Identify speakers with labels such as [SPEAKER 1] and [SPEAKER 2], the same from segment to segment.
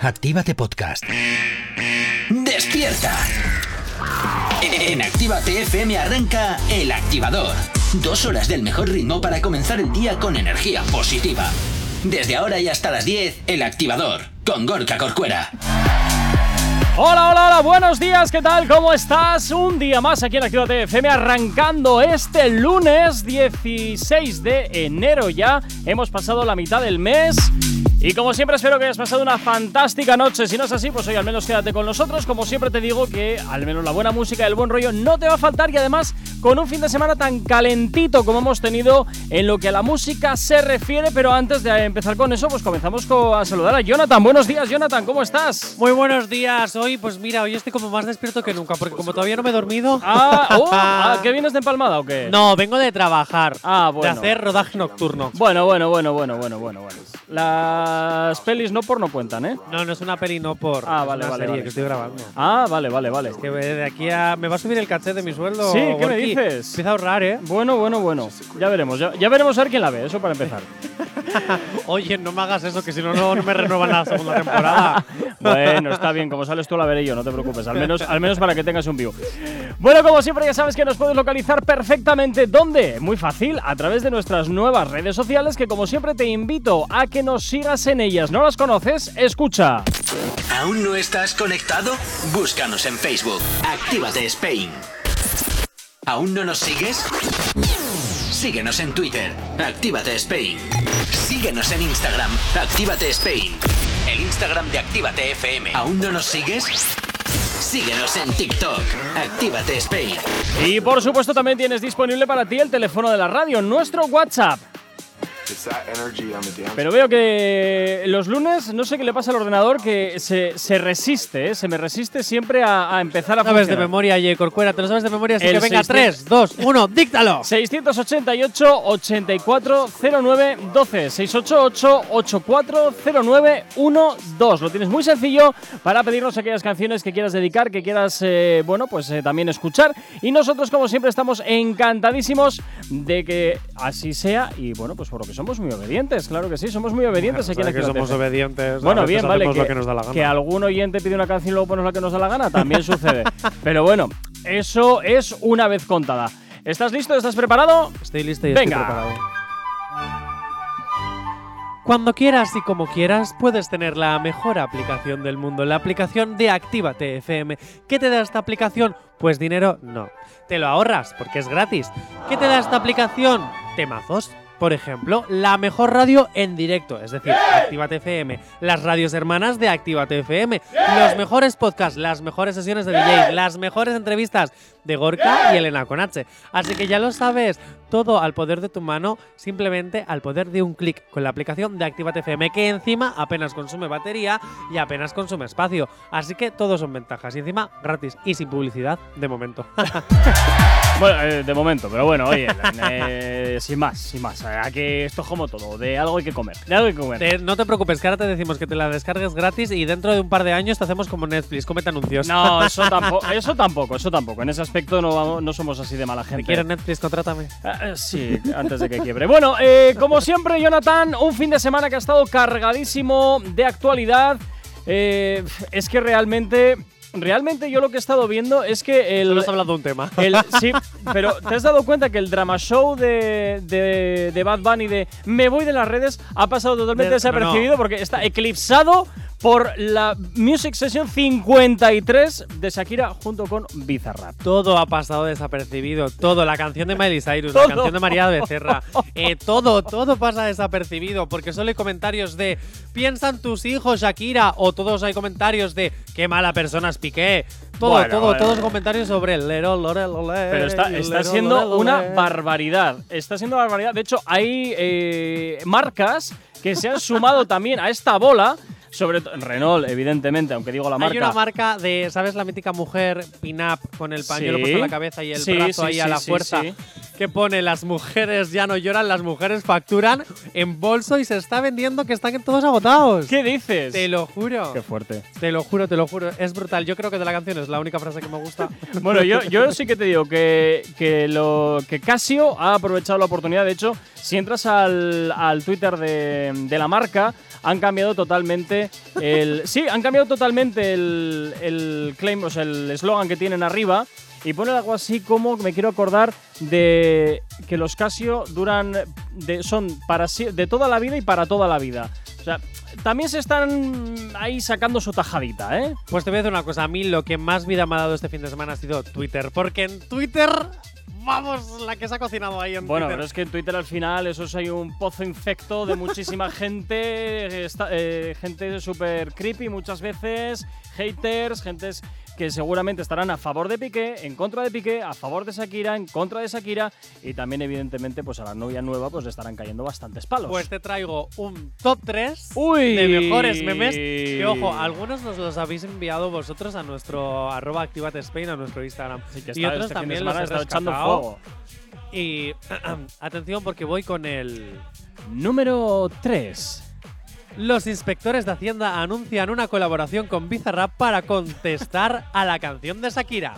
[SPEAKER 1] Actívate Podcast.
[SPEAKER 2] ¡Despierta! En Actívate FM arranca El Activador. Dos horas del mejor ritmo para comenzar el día con energía positiva. Desde ahora y hasta las 10, El Activador, con Gorka Corcuera.
[SPEAKER 3] Hola, hola, hola, buenos días, ¿qué tal? ¿Cómo estás? Un día más aquí en Actívate FM, arrancando este lunes 16 de enero ya. Hemos pasado la mitad del mes. Y como siempre espero que hayas pasado una fantástica noche. Si no es así, pues hoy al menos quédate con nosotros. Como siempre te digo que al menos la buena música y el buen rollo no te va a faltar. Y además con un fin de semana tan calentito como hemos tenido en lo que a la música se refiere. Pero antes de empezar con eso, pues comenzamos co- a saludar a Jonathan. Buenos días, Jonathan, ¿cómo estás?
[SPEAKER 4] Muy buenos días. Hoy, pues mira, hoy estoy como más despierto que nunca, porque como todavía no me he dormido.
[SPEAKER 3] Ah, oh, ah, ¿que vienes de empalmada o qué?
[SPEAKER 4] No, vengo de trabajar.
[SPEAKER 3] Ah, bueno.
[SPEAKER 4] De hacer rodaje nocturno.
[SPEAKER 3] Bueno, bueno, bueno, bueno, bueno, bueno, bueno. Las pelis no por no cuentan, ¿eh?
[SPEAKER 4] No, no es una peli, no por.
[SPEAKER 3] Ah,
[SPEAKER 4] es
[SPEAKER 3] vale,
[SPEAKER 4] una
[SPEAKER 3] vale,
[SPEAKER 4] serie
[SPEAKER 3] vale.
[SPEAKER 4] que estoy grabando.
[SPEAKER 3] Ah, vale, vale, vale.
[SPEAKER 4] Que de aquí a. ¿Me va a subir el caché de mi sueldo?
[SPEAKER 3] Sí, ¿qué me
[SPEAKER 4] Gorky?
[SPEAKER 3] dices?
[SPEAKER 4] Empieza a ahorrar, ¿eh?
[SPEAKER 3] Bueno, bueno, bueno. Ya veremos. Ya, ya veremos a ver quién la ve, eso para empezar.
[SPEAKER 4] Oye, no me hagas eso, que si no, no no me renovan la segunda temporada.
[SPEAKER 3] bueno, está bien, como sales tú la veré yo, no te preocupes, al menos, al menos para que tengas un view. Bueno, como siempre ya sabes que nos puedes localizar perfectamente. ¿Dónde? Muy fácil, a través de nuestras nuevas redes sociales que como siempre te invito a que nos sigas en ellas. ¿No las conoces? Escucha.
[SPEAKER 2] ¿Aún no estás conectado? Búscanos en Facebook. Actívate Spain. ¿Aún no nos sigues? Síguenos en Twitter. Actívate Spain. Síguenos en Instagram. Actívate Spain. El Instagram de Actívate FM. ¿Aún no nos sigues? Síguenos en TikTok. Actívate Spain.
[SPEAKER 3] Y por supuesto también tienes disponible para ti el teléfono de la radio, nuestro WhatsApp.
[SPEAKER 5] It's that energy on the dance.
[SPEAKER 3] Pero veo que los lunes, no sé qué le pasa al ordenador, que se, se resiste, ¿eh? se me resiste siempre a, a empezar a
[SPEAKER 4] No sabes de
[SPEAKER 3] funcionar.
[SPEAKER 4] memoria, J. Corcuera, te lo sabes de memoria, así
[SPEAKER 3] El
[SPEAKER 4] que venga,
[SPEAKER 3] 600.
[SPEAKER 4] 3, 2, 1, díctalo.
[SPEAKER 3] 688-8409-12. 688-8409-12. Lo tienes muy sencillo para pedirnos aquellas canciones que quieras dedicar, que quieras, eh, bueno, pues eh, también escuchar. Y nosotros, como siempre, estamos encantadísimos de que así sea. Y bueno, pues por lo que somos muy obedientes, claro que sí, somos muy obedientes
[SPEAKER 4] O
[SPEAKER 3] aquí en
[SPEAKER 4] sea, que
[SPEAKER 3] Actívate
[SPEAKER 4] somos
[SPEAKER 3] FM.
[SPEAKER 4] obedientes.
[SPEAKER 3] Bueno,
[SPEAKER 4] Pues a veces
[SPEAKER 3] bien, vale.
[SPEAKER 4] hacemos
[SPEAKER 3] Que,
[SPEAKER 4] lo que nos da la gana.
[SPEAKER 3] que algún oyente pide una canción y luego pones la que nos da la gana, también sucede. Pero bueno, eso es una vez contada. ¿Estás listo? ¿Estás preparado?
[SPEAKER 4] Estoy listo y
[SPEAKER 3] Venga.
[SPEAKER 4] estoy preparado. Cuando quieras y como quieras, puedes tener la mejor aplicación del mundo, la aplicación de Actívate FM. ¿Qué te da esta aplicación? Pues dinero no. Te lo ahorras porque es gratis. ¿Qué te da esta aplicación? Temazos. Por ejemplo, la mejor radio en directo, es decir, Actívate FM, las radios hermanas de Actívate FM, los mejores podcasts, las mejores sesiones de DJs, las mejores entrevistas de Gorka y Elena Conache. Así que ya lo sabes, todo al poder de tu mano, simplemente al poder de un clic con la aplicación de Actívate FM, que encima apenas consume batería y apenas consume espacio. Así que todo son ventajas y encima gratis y sin publicidad de momento.
[SPEAKER 3] Bueno, eh, de momento, pero bueno, oye, eh, sin más, sin más. A que esto es como todo, de algo hay que comer. De algo hay que comer.
[SPEAKER 4] Te- no te preocupes, que ahora te decimos que te la descargues gratis y dentro de un par de años te hacemos como Netflix, comete anuncios.
[SPEAKER 3] No, eso tampoco, eso tampoco, eso tampoco. En ese aspecto no, vamos- no somos así de mala gente.
[SPEAKER 4] Si quieres Netflix, contrátame.
[SPEAKER 3] Ah, eh, Sí, antes de que quiebre. Bueno, eh, como siempre, Jonathan, un fin de semana que ha estado cargadísimo de actualidad. Eh, es que realmente, realmente yo lo que he estado viendo es que el...
[SPEAKER 4] Solo has hablado de un tema.
[SPEAKER 3] el- sí, pero ¿te has dado cuenta que el drama show de, de, de Bad Bunny de Me voy de las redes ha pasado totalmente
[SPEAKER 4] De-
[SPEAKER 3] desapercibido
[SPEAKER 4] no, no.
[SPEAKER 3] porque está eclipsado por la Music Session 53 de Shakira junto con Bizarrap?
[SPEAKER 4] Todo ha pasado desapercibido, todo. La canción de Miley Cyrus,
[SPEAKER 3] Todo.
[SPEAKER 4] la canción de María Becerra, eh, todo, todo pasa desapercibido, porque solo hay comentarios de piensan tus hijos, Shakira, o todos hay comentarios de qué mala persona es Piqué. Todo,
[SPEAKER 3] Bueno,
[SPEAKER 4] todo,
[SPEAKER 3] bueno.
[SPEAKER 4] todos comentarios sobre el lero, lore, lole,
[SPEAKER 3] Pero está, está
[SPEAKER 4] lero, lore,
[SPEAKER 3] siendo
[SPEAKER 4] lole.
[SPEAKER 1] eh.
[SPEAKER 3] una barbaridad. Está siendo una barbaridad. De hecho, hay eh, marcas que se han sumado también a esta bola. Sobre todo Renault, evidentemente, aunque digo la marca.
[SPEAKER 4] Hay una marca de, ¿sabes? La mítica mujer pin-up con el pañuelo
[SPEAKER 3] Sí.
[SPEAKER 4] puesto en la cabeza y el
[SPEAKER 3] Sí,
[SPEAKER 4] brazo
[SPEAKER 3] sí,
[SPEAKER 4] ahí a
[SPEAKER 3] sí,
[SPEAKER 4] la
[SPEAKER 3] sí,
[SPEAKER 4] fuerza.
[SPEAKER 3] sí.
[SPEAKER 4] que pone las mujeres ya no lloran, las mujeres facturan en bolso y se está vendiendo que están todos agotados.
[SPEAKER 3] ¿Qué dices?
[SPEAKER 4] Te lo juro.
[SPEAKER 1] Qué fuerte.
[SPEAKER 4] Te lo juro, te lo juro. Es brutal. Yo creo que de la canción es la única frase que me gusta.
[SPEAKER 3] Bueno, yo, yo sí que te digo que, que lo, que Casio ha aprovechado la oportunidad. De hecho, si entras al, al Twitter de, de la marca, han cambiado totalmente el. sí, han cambiado totalmente el, el claim, o sea, el eslogan que tienen arriba. Y ponen algo así como, me quiero acordar, de que los Casio duran. de- son para sie- de toda la vida y para toda la vida. O sea, también se están ahí sacando su tajadita, ¿eh?
[SPEAKER 4] Pues te voy a decir una cosa. A mí lo que más vida me ha dado este fin de semana ha sido Twitter. Porque en Twitter, vamos, la que se ha cocinado ahí en
[SPEAKER 3] Bueno,
[SPEAKER 4] Twitter.
[SPEAKER 3] pero es que en Twitter al final eso es ahí un pozo infecto de muchísima gente, eh, está- eh, gente súper creepy muchas veces, haters, gentes que seguramente estarán a favor de Piqué, en contra de Piqué, a favor de Shakira, en contra de Shakira y también evidentemente pues a la novia nueva pues le estarán cayendo bastantes palos.
[SPEAKER 4] Pues te traigo un top 3
[SPEAKER 3] Uy.
[SPEAKER 4] de mejores memes. Que ojo, algunos nos los habéis enviado vosotros a nuestro arroba Activate Spain, a nuestro Instagram.
[SPEAKER 3] Sí, que
[SPEAKER 4] y
[SPEAKER 3] está-
[SPEAKER 4] otros
[SPEAKER 3] este fin de
[SPEAKER 4] también los
[SPEAKER 3] semana
[SPEAKER 4] he
[SPEAKER 3] está echando
[SPEAKER 4] rescatado.
[SPEAKER 3] fuego.
[SPEAKER 4] Y atención porque voy con el...
[SPEAKER 3] Número 3.
[SPEAKER 4] Los inspectores de Hacienda anuncian una colaboración con Bizarrap para contestar a la canción de Shakira.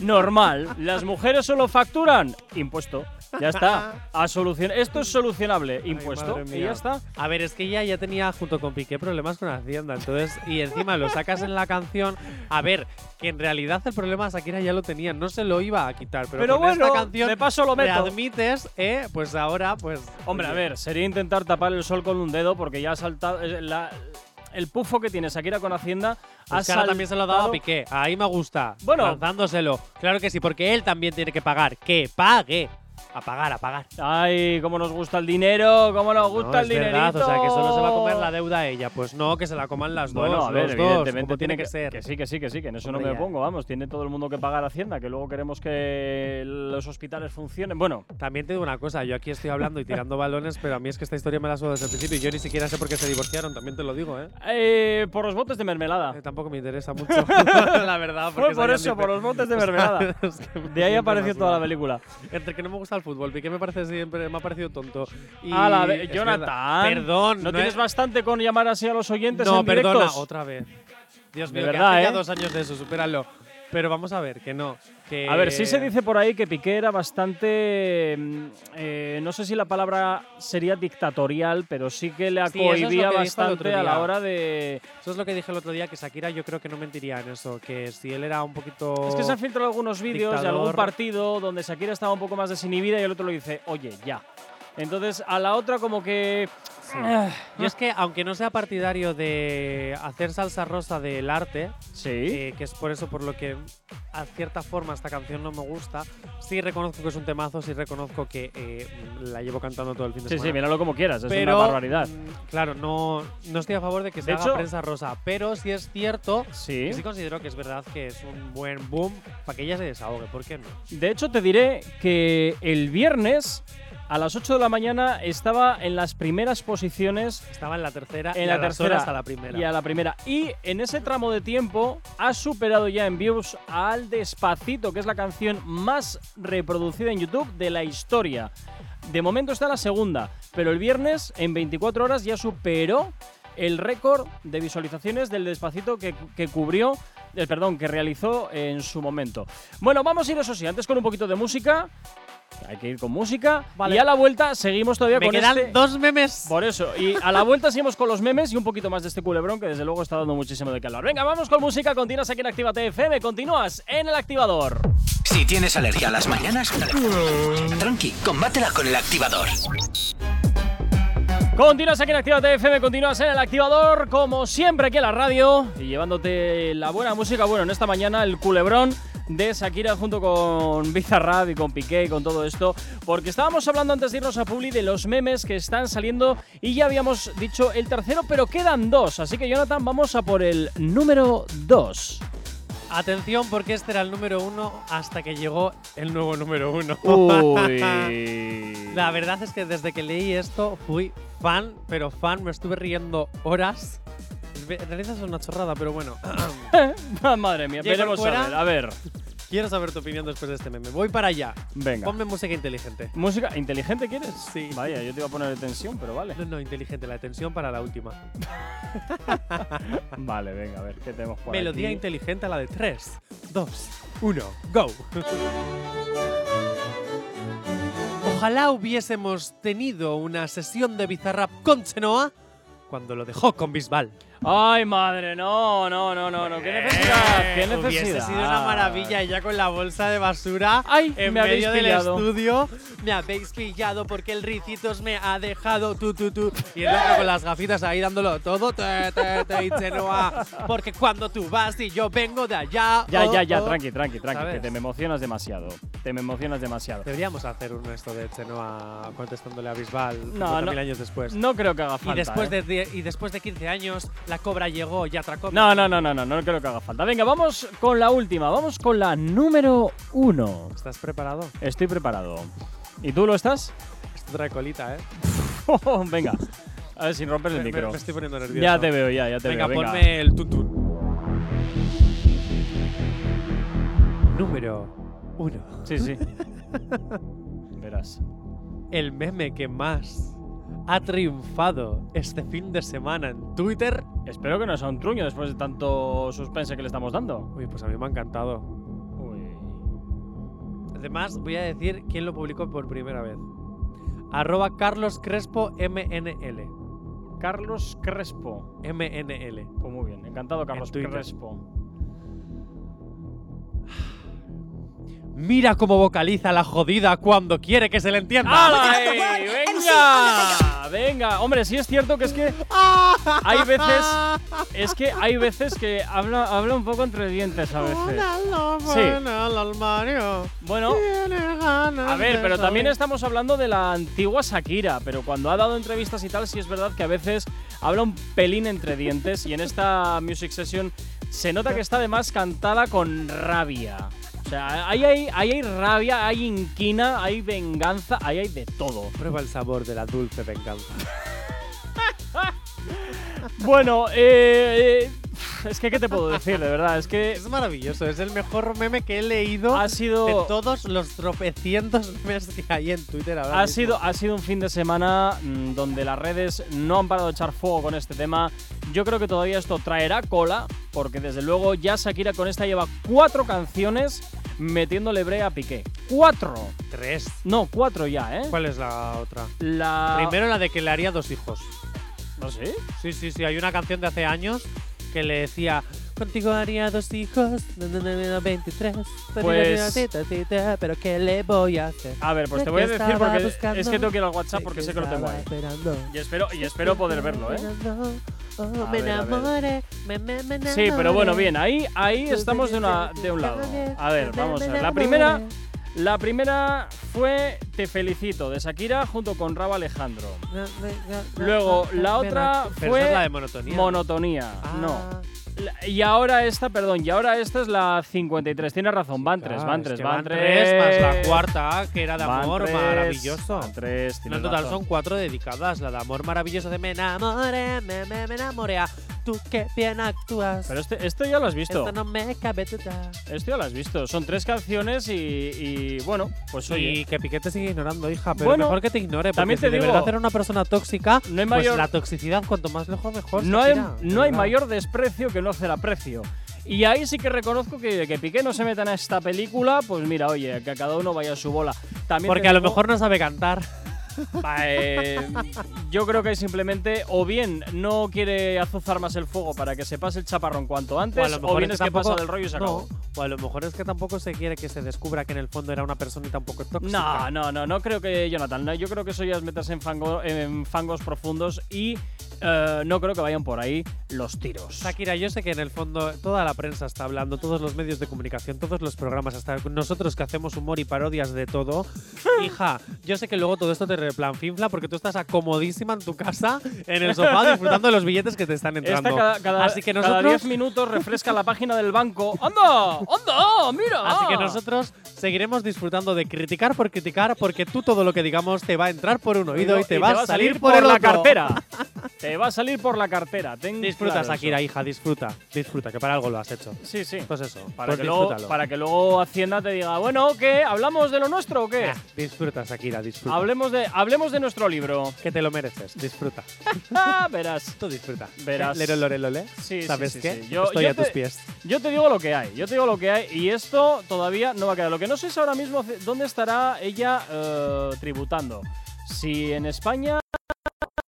[SPEAKER 3] Normal. Las mujeres solo facturan impuesto. Ya está. A solucion- Esto es solucionable. Impuesto.
[SPEAKER 4] madre
[SPEAKER 3] y
[SPEAKER 4] mía.
[SPEAKER 3] ya está.
[SPEAKER 4] A ver, es que ella ya tenía junto con Piqué problemas con Hacienda, entonces, y encima lo sacas en la canción. A ver, que en realidad el problema de Shakira ya lo tenía, no se lo iba a quitar, pero,
[SPEAKER 3] Pero
[SPEAKER 4] con
[SPEAKER 3] bueno,
[SPEAKER 4] esta canción
[SPEAKER 3] de paso lo meto.
[SPEAKER 4] admites, eh, pues ahora, pues.
[SPEAKER 3] Hombre, a
[SPEAKER 4] oye,
[SPEAKER 3] ver, sería intentar tapar el sol con un dedo porque ya ha saltado. eh, la- el pufo que tiene Shakira con Hacienda ha
[SPEAKER 4] Pues que ahora también se lo ha dado a
[SPEAKER 3] saltado-
[SPEAKER 4] Piqué. Ahí me gusta.
[SPEAKER 3] Bueno.
[SPEAKER 4] Lanzándoselo. Claro que sí, porque él también tiene que pagar. ¡Que pague! A pagar, a pagar.
[SPEAKER 3] Ay, cómo nos gusta el dinero, cómo nos gusta
[SPEAKER 4] No,
[SPEAKER 3] el
[SPEAKER 4] es
[SPEAKER 3] dinero.
[SPEAKER 4] verdad, o sea, que solo se va a comer la deuda a ella. Pues no, que se la coman las dos.
[SPEAKER 3] Bueno, a ver,
[SPEAKER 4] los dos,
[SPEAKER 3] evidentemente
[SPEAKER 4] como
[SPEAKER 3] tiene
[SPEAKER 4] tiene que, ser.
[SPEAKER 3] Que sí, que sí, que sí, que en eso
[SPEAKER 4] Hombre,
[SPEAKER 3] no me
[SPEAKER 4] ya.
[SPEAKER 3] opongo, vamos. Tiene todo el mundo que pagar Hacienda, que luego queremos que los hospitales funcionen. Bueno,
[SPEAKER 4] También te digo una cosa, yo aquí estoy hablando y tirando balones, pero a mí es que esta historia me la suda desde el principio y yo ni siquiera sé por qué se divorciaron, también te lo digo, ¿eh?
[SPEAKER 3] eh, por los botes de mermelada.
[SPEAKER 4] Eh, tampoco me interesa mucho, la verdad.
[SPEAKER 3] Fue
[SPEAKER 4] porque se
[SPEAKER 3] por
[SPEAKER 4] hayan
[SPEAKER 3] eso,
[SPEAKER 4] difer-
[SPEAKER 3] por los montes de
[SPEAKER 4] O sea,
[SPEAKER 3] mermelada.
[SPEAKER 4] es que me
[SPEAKER 3] De ahí
[SPEAKER 4] siento
[SPEAKER 3] apareció
[SPEAKER 4] más
[SPEAKER 3] toda la
[SPEAKER 4] mal.
[SPEAKER 3] película.
[SPEAKER 4] Entre que no me gusta el fútbol, Piqué me parece siempre, me ha parecido tonto. Y
[SPEAKER 3] A la ve-
[SPEAKER 4] es
[SPEAKER 3] Jonathan.
[SPEAKER 4] verdad. Perdón,
[SPEAKER 3] ¿No, tienes
[SPEAKER 4] es-
[SPEAKER 3] bastante con llamar así a los oyentes
[SPEAKER 4] No,
[SPEAKER 3] en
[SPEAKER 4] perdona,
[SPEAKER 3] directos?
[SPEAKER 4] otra vez. Dios
[SPEAKER 3] De
[SPEAKER 4] mío, que
[SPEAKER 3] verdad,
[SPEAKER 4] hace ya
[SPEAKER 3] ¿eh?
[SPEAKER 4] dos años de eso, supéralo. Pero vamos a ver, que no. que-
[SPEAKER 3] A ver, sí se dice por ahí que Piqué era bastante. mm, eh, no sé si la palabra sería dictatorial, pero sí que le
[SPEAKER 4] Sí, eso es lo
[SPEAKER 3] cohibía
[SPEAKER 4] que dijo el otro
[SPEAKER 3] bastante
[SPEAKER 4] día.
[SPEAKER 3] a la hora de.
[SPEAKER 4] Eso es lo que dije el otro día, que Shakira yo creo que no mentiría en eso, que si él era un poquito...
[SPEAKER 3] Es que se han filtrado algunos vídeos de
[SPEAKER 4] Dictador.
[SPEAKER 3] algún partido donde Shakira estaba un poco más desinhibida y el otro le dice, oye, ya. Entonces a la otra, como que. eh, Ah.
[SPEAKER 4] Yo es que, aunque no sea partidario de hacer salsa rosa del arte,
[SPEAKER 3] Sí.
[SPEAKER 4] eh, que es por eso por lo que a cierta forma esta canción no me gusta, sí reconozco que es un temazo, sí reconozco que eh, la llevo cantando todo el fin de
[SPEAKER 3] Sí, sí,
[SPEAKER 4] semana.
[SPEAKER 3] míralo como quieras, es
[SPEAKER 4] pero,
[SPEAKER 3] una barbaridad.
[SPEAKER 4] mm, Claro, no, no estoy a favor de que se
[SPEAKER 3] De
[SPEAKER 4] haga
[SPEAKER 3] hecho-
[SPEAKER 4] prensa rosa, pero sí es cierto
[SPEAKER 3] Sí.
[SPEAKER 4] que sí considero que es verdad que es un buen boom para que ella se desahogue, ¿por qué no?
[SPEAKER 3] De hecho, te diré que el viernes a las 8 de la mañana estaba en las primeras posiciones.
[SPEAKER 4] Estaba en la tercera
[SPEAKER 3] En
[SPEAKER 4] y
[SPEAKER 3] la
[SPEAKER 4] a las
[SPEAKER 3] tercera
[SPEAKER 4] horas a la primera.
[SPEAKER 3] Y a la primera. Y en ese tramo de tiempo ha superado ya en views al Despacito, que es la canción más reproducida en YouTube de la historia. De momento está la segunda, pero el viernes en 24 horas ya superó el récord de visualizaciones del Despacito que, que cubrió, eh, perdón, que realizó en su momento. Bueno, vamos a ir eso sí, antes con un poquito de música. Hay que ir con música.
[SPEAKER 4] Vale.
[SPEAKER 3] Y a la vuelta seguimos todavía
[SPEAKER 4] Me
[SPEAKER 3] con
[SPEAKER 4] quedan
[SPEAKER 3] este-
[SPEAKER 4] dos memes.
[SPEAKER 3] por eso, y a la vuelta seguimos con los memes y un poquito más de este culebrón que desde luego está dando muchísimo de calor. Venga, vamos con música, continúas aquí en Actívate FM, continúas en el activador.
[SPEAKER 2] Si tienes alergia a las mañanas, tranqui, combátela con el activador.
[SPEAKER 3] Continúas aquí en Actívate FM, continúas en el activador, como siempre aquí en la radio, y llevándote la buena música. Bueno, en esta mañana el culebrón de Shakira junto con Bizarrap y con Piqué y con todo esto, porque estábamos hablando antes de irnos a Publi de los memes que están saliendo y ya habíamos dicho el tercero, pero quedan dos, así que Jonathan, vamos a por el número dos.
[SPEAKER 4] Atención, porque este era el número uno hasta que llegó el nuevo número uno. Ah.
[SPEAKER 3] Uy.
[SPEAKER 4] La verdad es que desde que leí esto fui fan, pero fan, me estuve riendo horas. Ve- En realidad es una chorrada, pero bueno.
[SPEAKER 3] Ah, Madre mía,
[SPEAKER 4] Llegó el
[SPEAKER 3] veremos a
[SPEAKER 4] fuera.
[SPEAKER 3] ver, a ver.
[SPEAKER 4] Quiero saber tu opinión después de este meme. Voy para allá.
[SPEAKER 3] Venga.
[SPEAKER 4] Ponme música inteligente.
[SPEAKER 3] ¿Música inteligente quieres?
[SPEAKER 4] Sí.
[SPEAKER 3] Vaya, yo te iba a poner de tensión, pero vale.
[SPEAKER 4] No, no, inteligente, la tensión para la última.
[SPEAKER 3] Vale, venga, a ver, ¿qué tenemos por
[SPEAKER 4] Melodía
[SPEAKER 3] aquí?
[SPEAKER 4] inteligente a la de 3, 2, 1, go. Ojalá hubiésemos tenido una sesión de Bizarrap con Chenoa cuando lo dejó con Bisbal.
[SPEAKER 3] Ay, madre, no, no, no, no, no. ¿Qué necesidad? ¿Qué necesidad?
[SPEAKER 4] Eh, Hubiese sido una maravilla y ya con la bolsa de basura
[SPEAKER 3] Ay,
[SPEAKER 4] en
[SPEAKER 3] me habéis
[SPEAKER 4] medio del
[SPEAKER 3] pillado.
[SPEAKER 4] estudio. Me habéis pillado porque el Ricitos me ha dejado tú, tú, tú. Y el otro con las gafitas ahí dándolo todo. Te, te, te, y Chenoa. Porque cuando tú vas y yo vengo de allá.
[SPEAKER 3] Ya,
[SPEAKER 4] oh,
[SPEAKER 3] ya, ya,
[SPEAKER 4] oh.
[SPEAKER 3] tranqui, tranqui, tranqui, que
[SPEAKER 4] ¿Sabes?
[SPEAKER 3] te me emocionas demasiado. Te me emocionas demasiado.
[SPEAKER 4] Deberíamos hacer uno esto de Chenoa contestándole a Bisbal
[SPEAKER 3] No,
[SPEAKER 4] 50.000
[SPEAKER 3] no.
[SPEAKER 4] años después.
[SPEAKER 3] No creo que haga falta.
[SPEAKER 4] y, después
[SPEAKER 3] ¿eh?
[SPEAKER 4] de, die- y después de 15 años, la cobra llegó y atracó.
[SPEAKER 3] No, no, no, no, no, no creo que haga falta. Venga, vamos con la última, vamos con la número uno.
[SPEAKER 4] ¿Estás preparado?
[SPEAKER 3] Estoy preparado. ¿Y tú lo estás?
[SPEAKER 4] Esto trae colita, ¿eh?
[SPEAKER 3] venga, a ver, sin romper el
[SPEAKER 4] Me- Me,
[SPEAKER 3] micro.
[SPEAKER 4] me estoy poniendo nervioso.
[SPEAKER 3] Ya te veo, ya, ya te
[SPEAKER 4] Venga,
[SPEAKER 3] veo. Venga,
[SPEAKER 4] ponme el tutun. Número 1.
[SPEAKER 3] Sí, sí. Verás.
[SPEAKER 4] El meme que más ha triunfado este fin de semana en Twitter.
[SPEAKER 3] Espero que no sea un truño después de tanto suspense que le estamos dando.
[SPEAKER 4] Uy, pues a mí me ha encantado.
[SPEAKER 3] Uy.
[SPEAKER 4] Además, voy a decir quién lo publicó por primera vez. Arroba Carlos Crespo MNL.
[SPEAKER 3] Carlos Crespo.
[SPEAKER 4] MNL.
[SPEAKER 3] Pues muy bien, encantado, Carlos
[SPEAKER 4] Twitter.
[SPEAKER 3] Crespo.
[SPEAKER 4] Mira cómo vocaliza la jodida cuando quiere que se le entienda.
[SPEAKER 3] ¡Hala, ey! ¡Venga! Venga, hombre, sí es cierto que es que hay veces. Es que hay veces que habla, habla un poco entre dientes a veces. Sí. Bueno, a ver, pero también estamos hablando de la antigua Shakira, pero cuando ha dado entrevistas y tal, sí es verdad que a veces habla un pelín entre dientes y en esta Music Session se nota que está además cantada con rabia. O sea, ahí hay, ahí hay rabia, hay inquina, hay venganza, ahí hay de todo.
[SPEAKER 4] Prueba el sabor de la dulce venganza.
[SPEAKER 3] Bueno, eh, eh, es que qué te puedo decir, de verdad, es que
[SPEAKER 4] Es maravilloso, es el mejor meme que he leído
[SPEAKER 3] ha sido...
[SPEAKER 4] de todos los tropecientos memes que hay en Twitter ahora
[SPEAKER 3] Ha
[SPEAKER 4] mismo.
[SPEAKER 3] sido, ha sido un fin de semana mm, donde las redes no han parado de echar fuego con este tema. Yo creo que todavía esto traerá cola, porque desde luego ya Shakira con esta lleva cuatro canciones metiéndole brea a Piqué. ¡Cuatro!
[SPEAKER 4] tres.
[SPEAKER 3] No, cuatro ya, ¿eh?
[SPEAKER 4] ¿Cuál es la otra?
[SPEAKER 3] La. ¿Ah,
[SPEAKER 4] Primero la de que le haría dos hijos.
[SPEAKER 3] No sé.
[SPEAKER 4] Sí, sí, sí, hay una canción de hace años que le decía Contigo haría dos hijos, na, na, na, na, 23, pero
[SPEAKER 3] Pues-
[SPEAKER 4] yo haría tita, tita, pero ¿qué le voy a hacer?
[SPEAKER 3] A ver, pues te
[SPEAKER 4] Sé
[SPEAKER 3] voy a
[SPEAKER 4] que
[SPEAKER 3] decir
[SPEAKER 4] estaba
[SPEAKER 3] porque
[SPEAKER 4] buscando,
[SPEAKER 3] es que tengo que ir al WhatsApp
[SPEAKER 4] sé
[SPEAKER 3] porque sé que lo tengo
[SPEAKER 4] estaba
[SPEAKER 3] ahí.
[SPEAKER 4] esperando.
[SPEAKER 3] Y espero, y espero poder verlo, ¿eh?
[SPEAKER 4] Oh,
[SPEAKER 3] A
[SPEAKER 4] me
[SPEAKER 3] ver, a ver.
[SPEAKER 4] enamoré, me, me, me
[SPEAKER 3] Sí, pero bueno,
[SPEAKER 4] enamoré.
[SPEAKER 3] bien, ahí, ahí estamos de, una, de un lado. A ver, vamos a ver. La primera, la primera fue Te felicito de Shakira junto con Raba Alejandro. Luego, la otra
[SPEAKER 4] Pero esa
[SPEAKER 3] fue
[SPEAKER 4] es la de monotonía.
[SPEAKER 3] Monotonía.
[SPEAKER 4] Ah,
[SPEAKER 3] No. La- Y ahora esta, perdón, y ahora esta es la 53. Tienes razón, van tres,
[SPEAKER 4] claro,
[SPEAKER 3] van
[SPEAKER 4] es
[SPEAKER 3] tres,
[SPEAKER 4] que
[SPEAKER 3] van
[SPEAKER 4] tres. Más la
[SPEAKER 3] tres,
[SPEAKER 4] cuarta, que era de
[SPEAKER 3] van
[SPEAKER 4] amor
[SPEAKER 3] tres,
[SPEAKER 4] maravilloso.
[SPEAKER 3] Van tres,
[SPEAKER 4] No,
[SPEAKER 3] tienes
[SPEAKER 4] en total
[SPEAKER 3] razón.
[SPEAKER 4] son cuatro dedicadas. La de amor maravilloso de me enamoré, me, me, me enamoré. ah, Tú qué bien actúas.
[SPEAKER 3] Pero este, esto ya lo has visto.
[SPEAKER 4] Esto no me cabe duda.
[SPEAKER 3] Esto ya lo has visto. Son tres canciones y, y, bueno, pues oye.
[SPEAKER 4] Y que Piqué te sigue ignorando, hija. Pero
[SPEAKER 3] Bueno,
[SPEAKER 4] mejor que te ignore. Porque
[SPEAKER 3] también te
[SPEAKER 4] si
[SPEAKER 3] digo,
[SPEAKER 4] de verdad era una persona tóxica,
[SPEAKER 3] no hay
[SPEAKER 4] pues
[SPEAKER 3] mayor-
[SPEAKER 4] la toxicidad cuanto más lejos mejor.
[SPEAKER 3] No hay,
[SPEAKER 4] Shakira, de
[SPEAKER 3] no hay
[SPEAKER 4] verdad.
[SPEAKER 3] mayor desprecio que no hacer aprecio. Y ahí sí que reconozco que, que Piqué no se meta en esta película, pues mira, oye, que a cada uno vaya a su bola. También te
[SPEAKER 4] Porque a lo
[SPEAKER 3] digo-
[SPEAKER 4] mejor no sabe cantar.
[SPEAKER 3] Va, eh, yo creo que simplemente o bien no quiere azuzar más el fuego para que se pase el chaparrón cuanto antes, o, bien es que
[SPEAKER 4] tampoco-
[SPEAKER 3] pasa del rollo y se acabó.
[SPEAKER 4] No, o a lo mejor es que tampoco se quiere que se descubra que en el fondo era una persona y tampoco tóxica.
[SPEAKER 3] No, no, no, no creo que, Jonathan, no, yo creo que eso ya es meterse en, fango- en fangos profundos y eh, no creo que vayan por ahí los tiros.
[SPEAKER 4] Shakira, yo sé que en el fondo toda la prensa está hablando, todos los medios de comunicación, todos los programas, hasta nosotros que hacemos humor y parodias de todo. Hija, yo sé que luego todo esto te replanfinfla porque tú estás acomodísima en tu casa, en el sofá, disfrutando de los billetes que te están entrando.
[SPEAKER 3] Esta cada, cada-
[SPEAKER 4] Así que
[SPEAKER 3] cada
[SPEAKER 4] nosotros
[SPEAKER 3] 10 minutos refresca la página del banco. ¡Anda! ¡Anda! ¡Mira!
[SPEAKER 4] Así que nosotros seguiremos disfrutando de criticar por criticar porque tú todo lo que digamos te va a entrar por un oído y te va a salir por, el
[SPEAKER 3] la
[SPEAKER 4] otro.
[SPEAKER 3] cartera. Te va a salir por la cartera. Ten
[SPEAKER 4] Disfruta,
[SPEAKER 3] claro eso.
[SPEAKER 4] Shakira, hija, disfruta. Disfruta, que para algo lo has hecho.
[SPEAKER 3] Sí, sí.
[SPEAKER 4] Pues eso,
[SPEAKER 3] Para,
[SPEAKER 4] pues
[SPEAKER 3] que luego,
[SPEAKER 4] disfrútalo.
[SPEAKER 3] para que luego Hacienda te diga, bueno, ¿qué? ¿Hablamos de lo nuestro o qué?
[SPEAKER 4] Ah, disfruta, Shakira, disfruta.
[SPEAKER 3] hablemos, de, hablemos de nuestro libro.
[SPEAKER 4] Que te lo mereces, disfruta.
[SPEAKER 3] Ah, verás.
[SPEAKER 4] Tú disfruta.
[SPEAKER 3] Verás.
[SPEAKER 4] Lero, lore, lole.
[SPEAKER 3] Sí, sí,
[SPEAKER 4] ¿Sabes
[SPEAKER 3] sí,
[SPEAKER 4] qué?
[SPEAKER 3] sí. Yo-
[SPEAKER 4] Estoy
[SPEAKER 3] yo
[SPEAKER 4] a tus
[SPEAKER 3] te-
[SPEAKER 4] pies.
[SPEAKER 3] Yo te digo lo que hay, yo te digo lo que hay. Y esto todavía no va a quedar. Lo que no sé es ahora mismo ce- dónde estará ella eh, tributando. Si en España.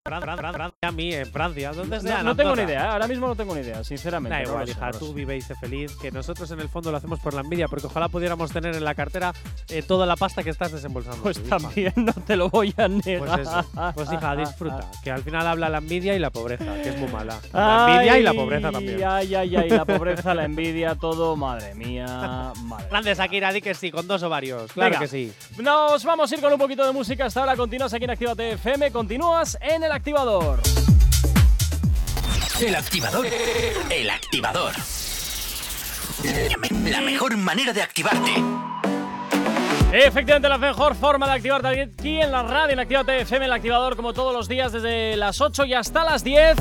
[SPEAKER 4] Fran, Fran, Fran, Fran, a mí, en Francia. ¿Dónde
[SPEAKER 3] No,
[SPEAKER 4] sea?
[SPEAKER 3] no
[SPEAKER 4] En
[SPEAKER 3] tengo ni
[SPEAKER 4] Andorra.
[SPEAKER 3] idea, ¿eh? ahora mismo no tengo ni idea, sinceramente.
[SPEAKER 4] Da
[SPEAKER 3] no
[SPEAKER 4] igual,
[SPEAKER 3] lo sé,
[SPEAKER 4] hija,
[SPEAKER 3] no lo
[SPEAKER 4] tú
[SPEAKER 3] sé.
[SPEAKER 4] vive y sé feliz, que nosotros en el fondo lo hacemos por la envidia, porque ojalá pudiéramos tener en la cartera eh, toda la pasta que estás desembolsando. tú,
[SPEAKER 3] Pues
[SPEAKER 4] hija.
[SPEAKER 3] también no te lo voy a negar.
[SPEAKER 4] Pues eso. Pues hija, disfruta, que al final habla la envidia y la pobreza, que es muy mala. La
[SPEAKER 3] Ay,
[SPEAKER 4] envidia y la pobreza también.
[SPEAKER 3] Ay, ay, ay, la pobreza, la envidia, todo, madre mía. Madre
[SPEAKER 4] Grande Shakira, di que sí, con dos ovarios. Claro
[SPEAKER 3] Venga.
[SPEAKER 4] que sí.
[SPEAKER 3] Nos vamos a ir con un poquito de música. Hasta ahora continúas aquí en Actívate FM, continúas en el activador.
[SPEAKER 2] El activador. El activador. La mejor manera de activarte.
[SPEAKER 3] Efectivamente, la mejor forma de activarte aquí en la radio, en Actívate FM, el activador, como todos los días, desde las 8 y hasta las 10.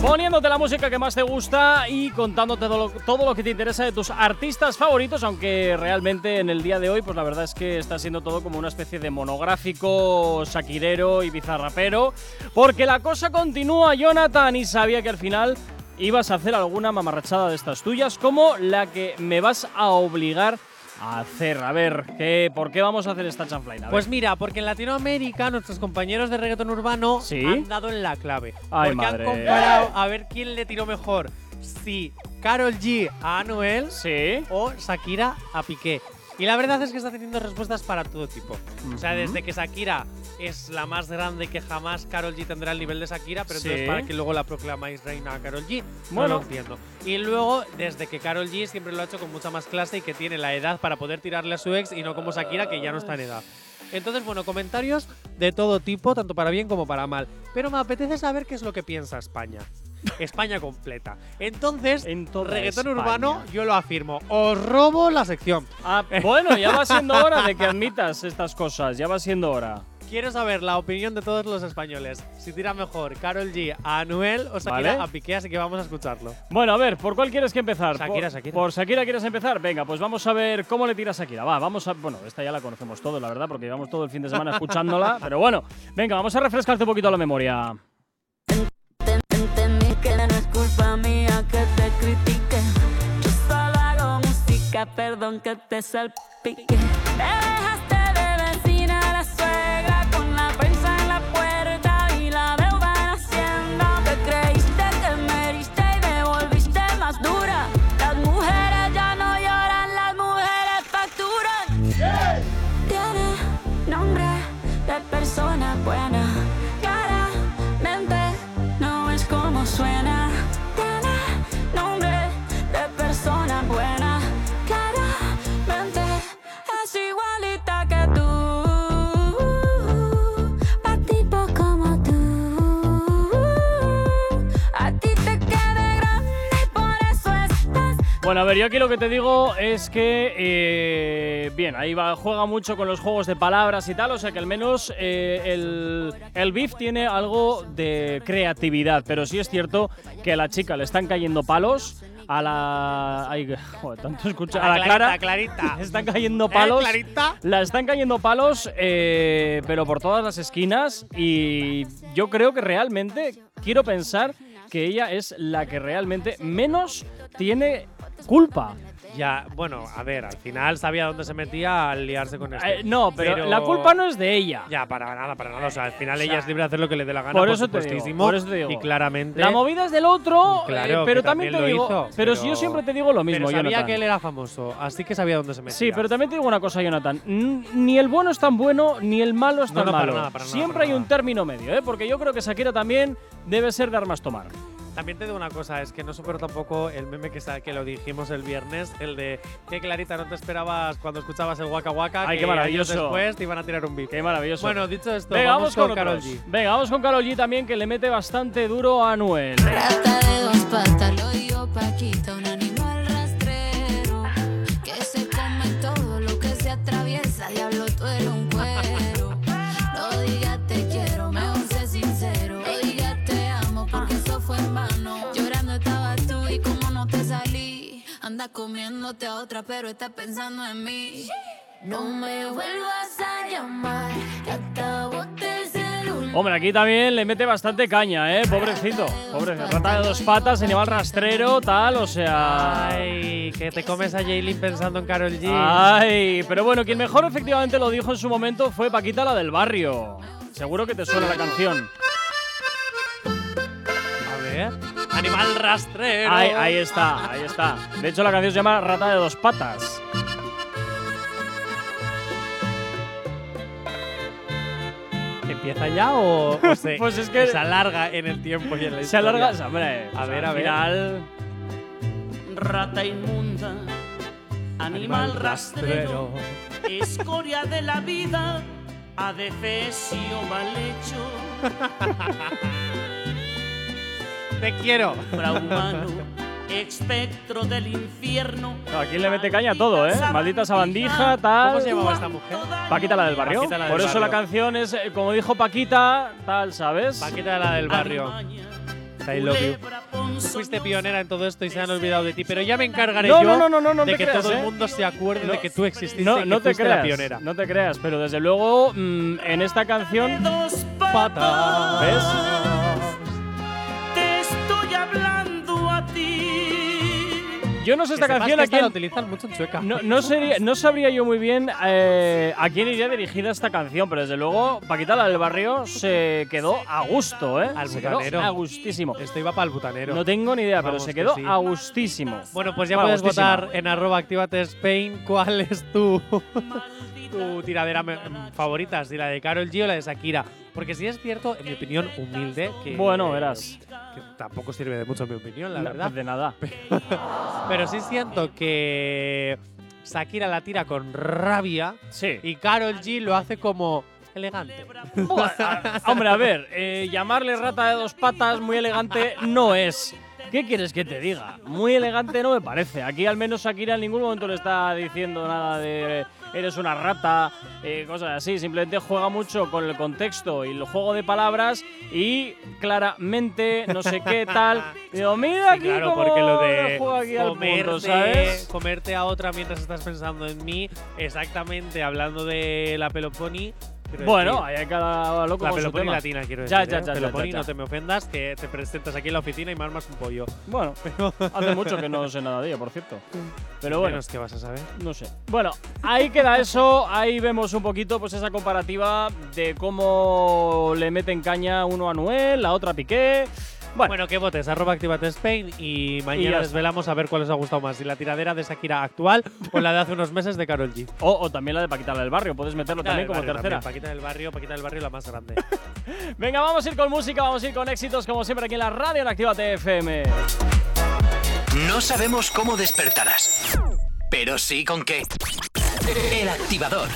[SPEAKER 3] Poniéndote la música que más te gusta y contándote todo lo, todo lo que te interesa de tus artistas favoritos, aunque realmente en el día de hoy, pues la verdad es que está siendo todo como una especie de monográfico, saquirero y bizarrapero, porque la cosa continúa, Jonathan, y sabía que al final ibas a hacer alguna mamarrachada de estas tuyas, como la que me vas a obligar a hacer. A ver, ¿qué, ¿por qué vamos a hacer esta chanflaina? A ver.
[SPEAKER 4] Pues mira, porque en Latinoamérica nuestros compañeros de reggaetón urbano
[SPEAKER 3] Sí.
[SPEAKER 4] han dado en la clave.
[SPEAKER 3] Ay,
[SPEAKER 4] porque
[SPEAKER 3] madre.
[SPEAKER 4] han comparado a ver quién le tiró mejor. Si Carol G a Anuel
[SPEAKER 3] sí.
[SPEAKER 4] o Shakira a Piqué. Y la verdad es que está teniendo respuestas para todo tipo. O sea, desde que Shakira es la más grande que jamás Carol G tendrá el nivel de Shakira, pero
[SPEAKER 3] Sí.
[SPEAKER 4] entonces para que luego la proclamáis reina a Carol G,
[SPEAKER 3] Bueno.
[SPEAKER 4] no lo entiendo. Y luego, desde que Carol G siempre lo ha hecho con mucha más clase y que tiene la edad para poder tirarle a su ex y no como Shakira que ya no está en edad. Entonces, bueno, comentarios de todo tipo, tanto para bien como para mal. Pero me apetece saber qué es lo que piensa España. España completa. Entonces,
[SPEAKER 3] En toda
[SPEAKER 4] reggaetón
[SPEAKER 3] España.
[SPEAKER 4] urbano, yo lo afirmo. Os robo la sección.
[SPEAKER 3] Ah, bueno, ya va siendo hora de que admitas estas cosas, ya va siendo hora.
[SPEAKER 4] Quiero saber la opinión de todos los españoles. Si tira mejor Carol G a Anuel o Shakira
[SPEAKER 3] Vale.
[SPEAKER 4] a Piqué, así que vamos a escucharlo.
[SPEAKER 3] Bueno, a ver, ¿por cuál quieres que empezar?
[SPEAKER 4] Shakira,
[SPEAKER 3] por,
[SPEAKER 4] Shakira.
[SPEAKER 3] ¿Por Shakira quieres empezar? Venga, pues vamos a ver cómo le tira Shakira. Va, vamos a. Bueno, esta ya la conocemos todos, la verdad, porque llevamos todo el fin de semana escuchándola. Pero bueno, venga, vamos a refrescarte un poquito la memoria.
[SPEAKER 1] Entendí que no es culpa mía que te critique. Yo solo hago música, perdón que te salpique. Te dejaste de vecina a la suegra con la prensa en la puerta y la deuda en hacienda. Te creíste que me heriste y me volviste más dura. Las mujeres ya no lloran, las mujeres facturan tiene nombre de persona buena. Claramente no es como suena. Tiene nombre de persona buena. Claramente es igualita que tú. Pa' tipo como tú. A ti te queda grande y por eso estás.
[SPEAKER 3] Bueno, a ver, yo aquí lo que te digo es que, eh, bien, ahí va, juega mucho con los juegos de palabras y tal, o sea que al menos eh, el, el beef tiene algo de creatividad, pero sí es cierto que a la chica le están cayendo palos, a la... Ay, joder, tanto escucha, a la Clara
[SPEAKER 4] Clarita.
[SPEAKER 3] le están cayendo palos...
[SPEAKER 4] ¿Eh, Clarita?
[SPEAKER 3] La están cayendo palos, eh, pero por todas las esquinas. Y yo creo que realmente quiero pensar que ella es la que realmente menos tiene culpa.
[SPEAKER 4] Ya, bueno, a ver, al final sabía dónde se metía al liarse con esto.
[SPEAKER 3] Eh, no, pero, la culpa no es de ella.
[SPEAKER 4] Ya, para nada, para nada. O sea, al final
[SPEAKER 3] O sea,
[SPEAKER 4] ella es libre de hacer lo que le dé la gana.
[SPEAKER 3] por eso te digo,
[SPEAKER 4] supuestísimo,
[SPEAKER 3] por eso te digo.
[SPEAKER 4] Y claramente.
[SPEAKER 3] La movida es del otro, eh,
[SPEAKER 4] Claro,
[SPEAKER 3] pero
[SPEAKER 4] que
[SPEAKER 3] también,
[SPEAKER 4] también
[SPEAKER 3] te
[SPEAKER 4] lo
[SPEAKER 3] digo.
[SPEAKER 4] hizo,
[SPEAKER 3] pero, si yo
[SPEAKER 4] pero-
[SPEAKER 3] siempre te digo lo mismo,
[SPEAKER 4] pero sabía
[SPEAKER 3] Jonathan.
[SPEAKER 4] que él era famoso, así que sabía dónde se metía.
[SPEAKER 3] Sí, pero también te digo una cosa, Jonathan. N- Ni el bueno es tan bueno, ni el malo es
[SPEAKER 4] No,
[SPEAKER 3] tan
[SPEAKER 4] no, para
[SPEAKER 3] malo.
[SPEAKER 4] nada, para nada,
[SPEAKER 3] Siempre
[SPEAKER 4] para
[SPEAKER 3] hay un
[SPEAKER 4] nada.
[SPEAKER 3] término medio, ¿eh? porque yo creo que Shakira también debe ser de armas tomar.
[SPEAKER 4] También te digo una cosa, es que no soporto tampoco el meme que, sa- que lo dijimos el viernes, el de que Clarita no te esperabas cuando escuchabas el Waka Waka,
[SPEAKER 3] Ay,
[SPEAKER 4] que
[SPEAKER 3] qué maravilloso.
[SPEAKER 4] años después te iban a tirar un beat.
[SPEAKER 3] Qué maravilloso.
[SPEAKER 4] Bueno, dicho esto,
[SPEAKER 3] Venga,
[SPEAKER 4] vamos, con, Karol
[SPEAKER 3] otros.
[SPEAKER 4] G.
[SPEAKER 3] Venga, vamos con Karol G también, que le mete bastante duro a Anuel.
[SPEAKER 6] Rata de dos patas, lo dio Paquita, un animal rastrero que se come todo lo que se atraviesa. Diablo, tú eres un cuero. No digas te quiero, mejor sé sincero. No digas te amo,
[SPEAKER 1] Anda comiéndote a otra, pero está pensando en mí. No me vuelvas a llamar, que acabo de celular.
[SPEAKER 3] Hombre, aquí también le mete bastante caña, ¿eh? Pobrecito. Pobre, rata de dos patas, animal rastrero, tal, o sea...
[SPEAKER 4] Ay, que te comes a Jaylin pensando en Carol G.
[SPEAKER 3] Ah. Ay, pero bueno, quien mejor efectivamente lo dijo en su momento fue Paquita la del barrio. Seguro que te suena la canción.
[SPEAKER 4] A ver. Animal rastrero.
[SPEAKER 3] Ahí, ahí está, ahí está. De hecho, la canción se llama Rata de dos patas.
[SPEAKER 4] ¿Empieza ya o, o se,
[SPEAKER 3] Pues es que-
[SPEAKER 4] se alarga en el tiempo y en la
[SPEAKER 3] Se alarga,
[SPEAKER 4] historia?
[SPEAKER 3] hombre.
[SPEAKER 4] A
[SPEAKER 3] al
[SPEAKER 4] ver, a ver.
[SPEAKER 3] final-
[SPEAKER 7] Rata inmunda, animal rastrero, escoria de la vida, adefesio mal hecho,
[SPEAKER 4] Te quiero.
[SPEAKER 7] humano, espectro del infierno.
[SPEAKER 3] No, aquí le mete caña a todo, ¿eh? Maldita sabandija, tal.
[SPEAKER 4] ¿Cómo se llamaba esta mujer?
[SPEAKER 3] Paquita la del barrio.
[SPEAKER 4] Paquita la del
[SPEAKER 3] Por eso la
[SPEAKER 4] barrio.
[SPEAKER 3] canción es, eh, como dijo Paquita, tal, ¿sabes?
[SPEAKER 4] Paquita la del barrio. I love you. Fuiste pionera en todo esto y se han olvidado de ti, pero ya me encargaré
[SPEAKER 3] No,
[SPEAKER 4] yo
[SPEAKER 3] no, no, no, no, no
[SPEAKER 4] de
[SPEAKER 3] te
[SPEAKER 4] que
[SPEAKER 3] creas,
[SPEAKER 4] todo
[SPEAKER 3] ¿eh?
[SPEAKER 4] el mundo se acuerde de que tú exististe y
[SPEAKER 3] No,
[SPEAKER 4] que
[SPEAKER 3] no te
[SPEAKER 4] fuiste
[SPEAKER 3] creas,
[SPEAKER 4] la pionera.
[SPEAKER 3] no te creas, pero desde luego mm, en esta canción,
[SPEAKER 7] Dos
[SPEAKER 4] Pata.
[SPEAKER 3] ¿ves?
[SPEAKER 7] Te estoy hablando a ti.
[SPEAKER 3] Yo no sé esta
[SPEAKER 4] Que sepas
[SPEAKER 3] canción
[SPEAKER 4] que
[SPEAKER 3] a
[SPEAKER 4] esta la
[SPEAKER 3] quién,
[SPEAKER 4] utilizan mucho en Sueca.
[SPEAKER 3] No, no sería- no sabría yo muy bien eh, a quién iría dirigida esta canción, pero desde luego Paquita la del barrio se quedó a gusto, ¿eh?
[SPEAKER 4] Al
[SPEAKER 3] se quedó
[SPEAKER 4] butanero.
[SPEAKER 3] a gustísimo.
[SPEAKER 4] Esto iba para el butanero.
[SPEAKER 3] No tengo ni idea, pero
[SPEAKER 4] Vamos
[SPEAKER 3] se
[SPEAKER 4] que
[SPEAKER 3] quedó
[SPEAKER 4] sí.
[SPEAKER 3] a gustísimo.
[SPEAKER 4] Bueno, pues ya
[SPEAKER 3] Bueno,
[SPEAKER 4] puedes
[SPEAKER 3] gustísimo.
[SPEAKER 4] votar en arroba activate Spain cuál es tu, tu tiradera me- favorita, si la de Carol G o la de Shakira. Porque sí es cierto, en mi opinión humilde, que,
[SPEAKER 3] Bueno, verás.
[SPEAKER 4] que tampoco sirve de mucho mi opinión, la
[SPEAKER 3] No,
[SPEAKER 4] verdad.
[SPEAKER 3] De nada.
[SPEAKER 4] Pero sí siento que Shakira la tira con rabia
[SPEAKER 3] Sí.
[SPEAKER 4] y Carol G lo hace como elegante.
[SPEAKER 3] Ah, Hombre, a ver, eh, llamarle rata de dos patas muy elegante no es. ¿Qué quieres que te diga? Muy elegante no me parece. Aquí al menos Shakira en ningún momento le está diciendo nada de eh, eres una rata, eh, cosas así. Simplemente juega mucho con el contexto y el juego de palabras y claramente no sé qué tal. Digo, mira
[SPEAKER 4] Sí,
[SPEAKER 3] aquí
[SPEAKER 4] claro,
[SPEAKER 3] cómo
[SPEAKER 4] porque lo
[SPEAKER 3] le
[SPEAKER 4] de
[SPEAKER 3] juega aquí al punto,
[SPEAKER 4] comerte,
[SPEAKER 3] ¿sabes?
[SPEAKER 4] comerte a otra mientras estás pensando en mí, exactamente hablando de la Peloponi. quiero
[SPEAKER 3] Bueno,
[SPEAKER 4] decir,
[SPEAKER 3] ahí hay cada loco
[SPEAKER 4] la
[SPEAKER 3] con su
[SPEAKER 4] Peloponi
[SPEAKER 3] tema.
[SPEAKER 4] latina, quiero decir.
[SPEAKER 3] Ya, ya,
[SPEAKER 4] ¿eh?
[SPEAKER 3] ya, ya,
[SPEAKER 4] Peloponi,
[SPEAKER 3] ya,
[SPEAKER 4] no
[SPEAKER 3] ya.
[SPEAKER 4] te me ofendas, que te presentas aquí en la oficina y me armas un pollo.
[SPEAKER 3] Bueno, hace mucho que no sé nada de ella, por cierto. Pero bueno.
[SPEAKER 4] Menos que vas a saber.
[SPEAKER 3] No sé. Bueno, ahí queda eso. Ahí vemos un poquito pues esa comparativa de cómo le meten caña uno a Noel, la otra a Piqué. Bueno,
[SPEAKER 4] Bueno, que votes, arroba Actívate Spain y
[SPEAKER 3] Y
[SPEAKER 4] mañana
[SPEAKER 3] ya
[SPEAKER 4] desvelamos a ver cuál os ha gustado más, si la tiradera de Shakira actual o la de hace unos meses de Carol G.
[SPEAKER 3] o, o también la de Paquita la del barrio. Puedes meterlo
[SPEAKER 4] Paquita
[SPEAKER 3] también
[SPEAKER 4] del
[SPEAKER 3] como
[SPEAKER 4] barrio,
[SPEAKER 3] tercera.
[SPEAKER 4] también, Paquita del barrio, Paquita del barrio la más grande.
[SPEAKER 3] Venga, vamos a ir con música, vamos a ir con éxitos como siempre aquí en la radio en Activa TFM.
[SPEAKER 2] No sabemos cómo despertarás, pero sí con qué. El activador.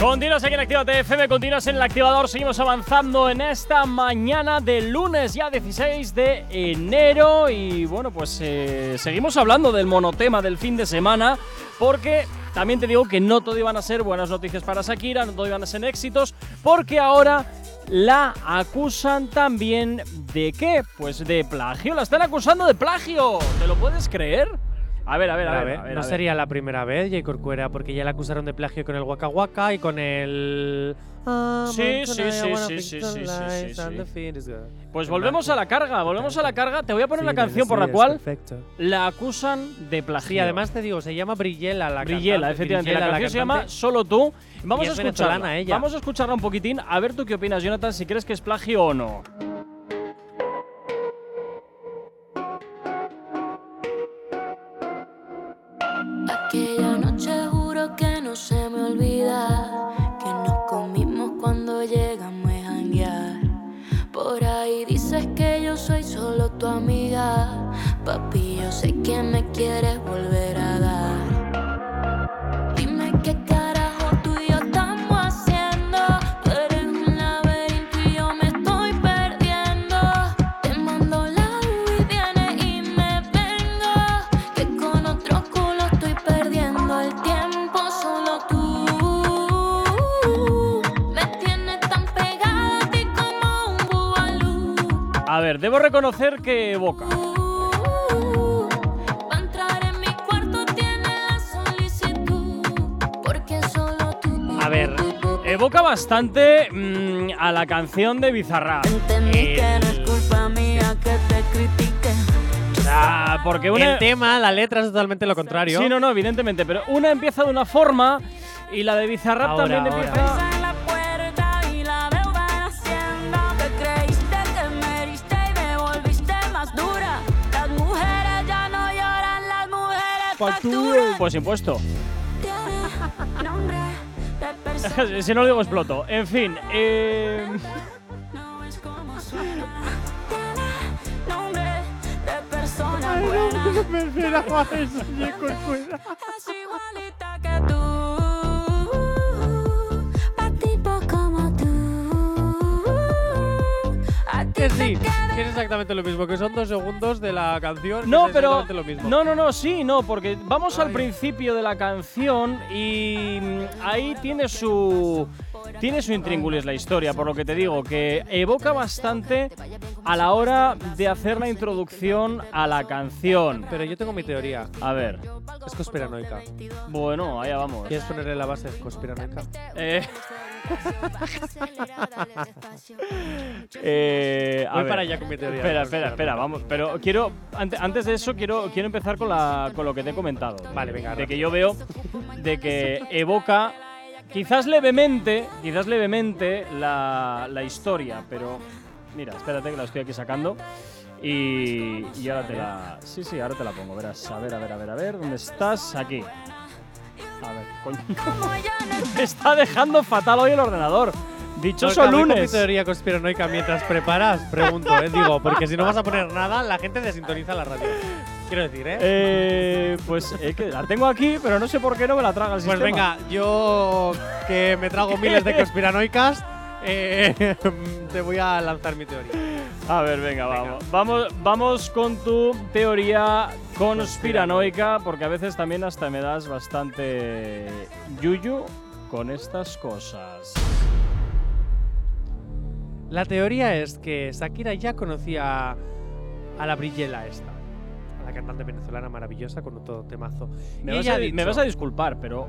[SPEAKER 3] Continúas aquí en Activa TFM, continúas en el activador. Seguimos avanzando en esta mañana de lunes ya 16 de enero. Y bueno, pues eh, seguimos hablando del monotema del fin de semana. Porque también te digo que no todo iban a ser buenas noticias para Shakira, no todo iban a ser éxitos. Porque ahora la acusan también de qué? Pues de plagio. La están acusando de plagio. ¿Te lo puedes creer? A ver, a ver, a ver.
[SPEAKER 4] Grave.
[SPEAKER 3] a ver,
[SPEAKER 4] no
[SPEAKER 3] a ver.
[SPEAKER 4] sería la primera vez, J. Corcuera, porque ya la acusaron de plagio con el Waka Waka y con el.
[SPEAKER 3] Sí, sí, sí, sí, sí, sí, sí, sí, sí. Pues volvemos a la carga, volvemos a la carga. Te voy a poner una canción por la cual
[SPEAKER 4] Perfecto.
[SPEAKER 3] la acusan de plagio.
[SPEAKER 4] Sí, además te digo, se llama Brillela la
[SPEAKER 3] Brillela,
[SPEAKER 4] cantante.
[SPEAKER 3] efectivamente.
[SPEAKER 4] Brillela,
[SPEAKER 3] la canción se llama
[SPEAKER 4] cantante.
[SPEAKER 3] Solo tú. Vamos
[SPEAKER 4] Y
[SPEAKER 3] a
[SPEAKER 4] es
[SPEAKER 3] escucharla.
[SPEAKER 4] venezolana ella.
[SPEAKER 3] Vamos a escucharla un poquitín, a ver tú qué opinas, Jonathan, si crees que es plagio o no.
[SPEAKER 1] Aquella noche juro que no se me olvida que nos comimos cuando llegamos a janguear. Por ahí dices que yo soy solo tu amiga, papi, yo sé que me quieres volver a dar. Dime qué carajo tú y yo estamos haciendo, tú eres un laberinto y yo me estoy perdiendo. Te mando la luz y vienes y me vengo, que con otro culo estoy perdiendo el tiempo, solo tú. Me tienes tan pegada a ti como un bubalú.
[SPEAKER 3] A ver, debo reconocer que evoca.
[SPEAKER 1] Tú, Uh,
[SPEAKER 3] evoca bastante mm, a la canción de Bizarrap.
[SPEAKER 1] Entendí que no es
[SPEAKER 3] El-
[SPEAKER 1] culpa mía que te critique.
[SPEAKER 3] o sea, porque una,
[SPEAKER 4] El tema, la letra es totalmente lo contrario.
[SPEAKER 3] Sí, no, no, evidentemente, pero una empieza de una forma y la de Bizarrap
[SPEAKER 4] Ahora,
[SPEAKER 3] también
[SPEAKER 4] ahora.
[SPEAKER 3] empieza.
[SPEAKER 1] Pesa en la puerta y la deuda en Hacienda. Te creíste que me heriste y me volviste más dura. Las mujeres ya no lloran, las mujeres facturan.
[SPEAKER 3] Pues impuesto.
[SPEAKER 1] Tiene nombre de persona,
[SPEAKER 3] si no lo digo, exploto. En fin, eh,
[SPEAKER 1] no es como suena. Tiene nombre de persona buena. Es igualita que tú, a tipo como tú. A ti
[SPEAKER 4] Que
[SPEAKER 1] te
[SPEAKER 4] sí,
[SPEAKER 1] queda-
[SPEAKER 4] que es exactamente lo mismo, que son dos segundos de la canción. que
[SPEAKER 3] no,
[SPEAKER 4] es
[SPEAKER 3] pero.
[SPEAKER 4] exactamente Lo mismo.
[SPEAKER 3] No, no, no, sí, no, porque vamos al principio de la canción y mm, ahí tiene su. Tiene su intríngulis la historia, por lo que te digo, que evoca bastante a la hora de hacer la introducción a la canción.
[SPEAKER 4] Pero yo tengo mi teoría,
[SPEAKER 3] A ver,
[SPEAKER 4] es conspiranoica.
[SPEAKER 3] bueno, allá vamos.
[SPEAKER 4] ¿Quieres ponerle la base conspiranoica?
[SPEAKER 3] Eh, eh, a
[SPEAKER 4] Voy
[SPEAKER 3] ver.
[SPEAKER 4] para allá con mi teoría.
[SPEAKER 3] Espera, espera, espera, vamos. Pero quiero, ante- antes de eso, quiero, quiero empezar con, la, con lo que te he comentado.
[SPEAKER 4] Vale, venga,
[SPEAKER 3] De
[SPEAKER 4] rápido.
[SPEAKER 3] que yo veo, de que evoca, quizás levemente, quizás levemente, la, la historia, pero mira, espérate que la estoy aquí sacando. Y, y ahora te la. Sí, sí, ahora te la pongo. Verás, a ver, a ver, a ver, a ver, ¿dónde estás? Aquí. A ver, coño. Me está dejando fatal hoy el ordenador. Dichoso
[SPEAKER 4] Dorca, voy con mi
[SPEAKER 3] lunes.
[SPEAKER 4] teoría conspiranoica mientras preparas? Pregunto, eh, digo, porque si no vas a poner nada, la gente desintoniza la radio. Quiero decir, ¿eh?
[SPEAKER 3] Eh, pues es que la tengo aquí, pero no sé por qué no me la traga el
[SPEAKER 4] pues
[SPEAKER 3] sistema.
[SPEAKER 4] venga, yo que me trago miles de conspiranoicas, eh, te voy a lanzar mi teoría.
[SPEAKER 3] A ver, venga, vamos. Vamos vamos con tu teoría conspiranoica, porque a veces también hasta me das bastante yuyu con estas cosas.
[SPEAKER 4] La teoría es que Shakira ya conocía a la Brigela esta, a la cantante venezolana maravillosa con un todo temazo.
[SPEAKER 3] Me,
[SPEAKER 4] Y
[SPEAKER 3] vas
[SPEAKER 4] ella
[SPEAKER 3] a,
[SPEAKER 4] ha
[SPEAKER 3] di- me
[SPEAKER 4] dicho-
[SPEAKER 3] vas a disculpar, pero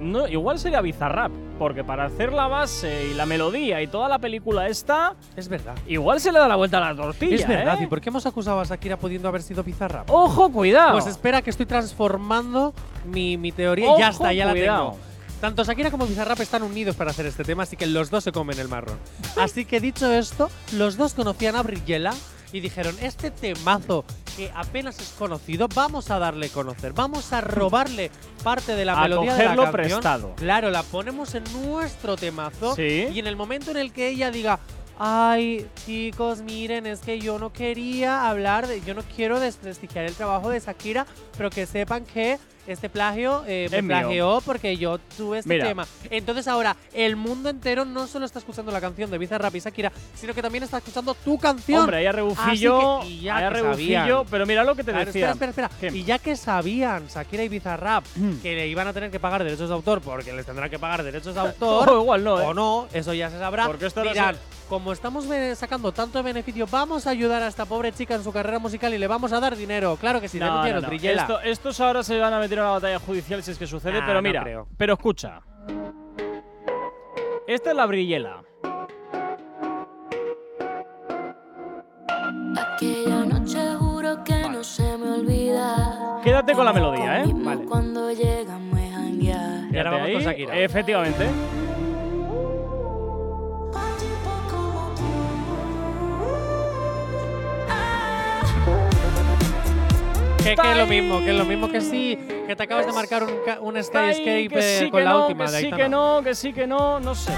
[SPEAKER 3] no, igual sería bizarrap, porque para hacer la base y la melodía y toda la película esta,
[SPEAKER 4] Es verdad.
[SPEAKER 3] igual se le da la vuelta a la tortilla.
[SPEAKER 4] Es verdad,
[SPEAKER 3] ¿eh?
[SPEAKER 4] ¿y por qué hemos acusado a Shakira pudiendo haber sido bizarra?
[SPEAKER 3] Ojo, cuidado.
[SPEAKER 4] Pues espera que estoy transformando mi, mi teoría.
[SPEAKER 3] Ojo,
[SPEAKER 4] ya está, ya
[SPEAKER 3] cuidado.
[SPEAKER 4] la tengo. Tanto Shakira como Bizarrap están unidos para hacer este tema, así que los dos se comen el marrón. Así que dicho esto, los dos conocían a Brigiela y dijeron, este temazo que apenas es conocido, vamos a darle a conocer, vamos a robarle parte de la
[SPEAKER 3] A
[SPEAKER 4] melodía de
[SPEAKER 3] cogerlo
[SPEAKER 4] la canción.
[SPEAKER 3] prestado.
[SPEAKER 4] Claro, la ponemos en nuestro temazo
[SPEAKER 3] Sí.
[SPEAKER 4] y en el momento en el que ella diga, ay, chicos, miren, es que yo no quería hablar, de, yo no quiero desprestigiar el trabajo de Shakira, pero que sepan que este plagio eh, me
[SPEAKER 3] Es mío.
[SPEAKER 4] plagió porque yo tuve este
[SPEAKER 3] Mira.
[SPEAKER 4] tema. Entonces ahora el mundo entero no solo está escuchando la canción de Bizarrap y Shakira, sino que también está escuchando tu canción.
[SPEAKER 3] Hombre, hay rebujillo,
[SPEAKER 4] Así que- y ya
[SPEAKER 3] hay
[SPEAKER 4] que
[SPEAKER 3] rebujillo,
[SPEAKER 4] sabían.
[SPEAKER 3] pero mira lo que te
[SPEAKER 4] Claro,
[SPEAKER 3] decía.
[SPEAKER 4] espera, espera, espera.
[SPEAKER 3] ¿Qué? Mm.
[SPEAKER 4] Y ya que sabían Shakira y Bizarrap que le iban a tener que pagar derechos de autor porque les tendrán que pagar derechos de autor,
[SPEAKER 3] Ojo, igual no, ¿eh?
[SPEAKER 4] o Oh, no, eso ya se sabrá.
[SPEAKER 3] Porque esto no
[SPEAKER 4] Dirán,
[SPEAKER 3] se-
[SPEAKER 4] como estamos be- sacando tanto beneficio, vamos a ayudar a esta pobre chica en su carrera musical y le vamos a dar dinero. Claro que sí,
[SPEAKER 3] No,
[SPEAKER 4] denuncianos,
[SPEAKER 3] no, no.
[SPEAKER 4] Brigiela.
[SPEAKER 3] Esto- estos ahora se van a meter en la batalla judicial si es que sucede,
[SPEAKER 4] Nah,
[SPEAKER 3] pero
[SPEAKER 4] Ah, no
[SPEAKER 3] mira,
[SPEAKER 4] creo.
[SPEAKER 3] pero escucha. Esta es la brillela.
[SPEAKER 6] Aquella noche juro que no se me olvida.
[SPEAKER 3] Quédate con la melodía, ¿eh?
[SPEAKER 6] Mismo Cuando llegamos a janguear.
[SPEAKER 4] Y ahora
[SPEAKER 3] Quédate
[SPEAKER 4] vamos con
[SPEAKER 3] ahí.
[SPEAKER 4] Shakira.
[SPEAKER 3] Efectivamente.
[SPEAKER 4] Que, que es lo
[SPEAKER 3] Ay.
[SPEAKER 4] mismo, que es lo mismo que sí, que te acabas de marcar un, ca- un skyscape
[SPEAKER 3] Ay, que
[SPEAKER 4] eh,
[SPEAKER 3] sí,
[SPEAKER 4] con
[SPEAKER 3] que
[SPEAKER 4] la
[SPEAKER 3] no,
[SPEAKER 4] última
[SPEAKER 3] que
[SPEAKER 4] de
[SPEAKER 3] sí,
[SPEAKER 4] Aitana.
[SPEAKER 3] que no, que sí, que no, no sé.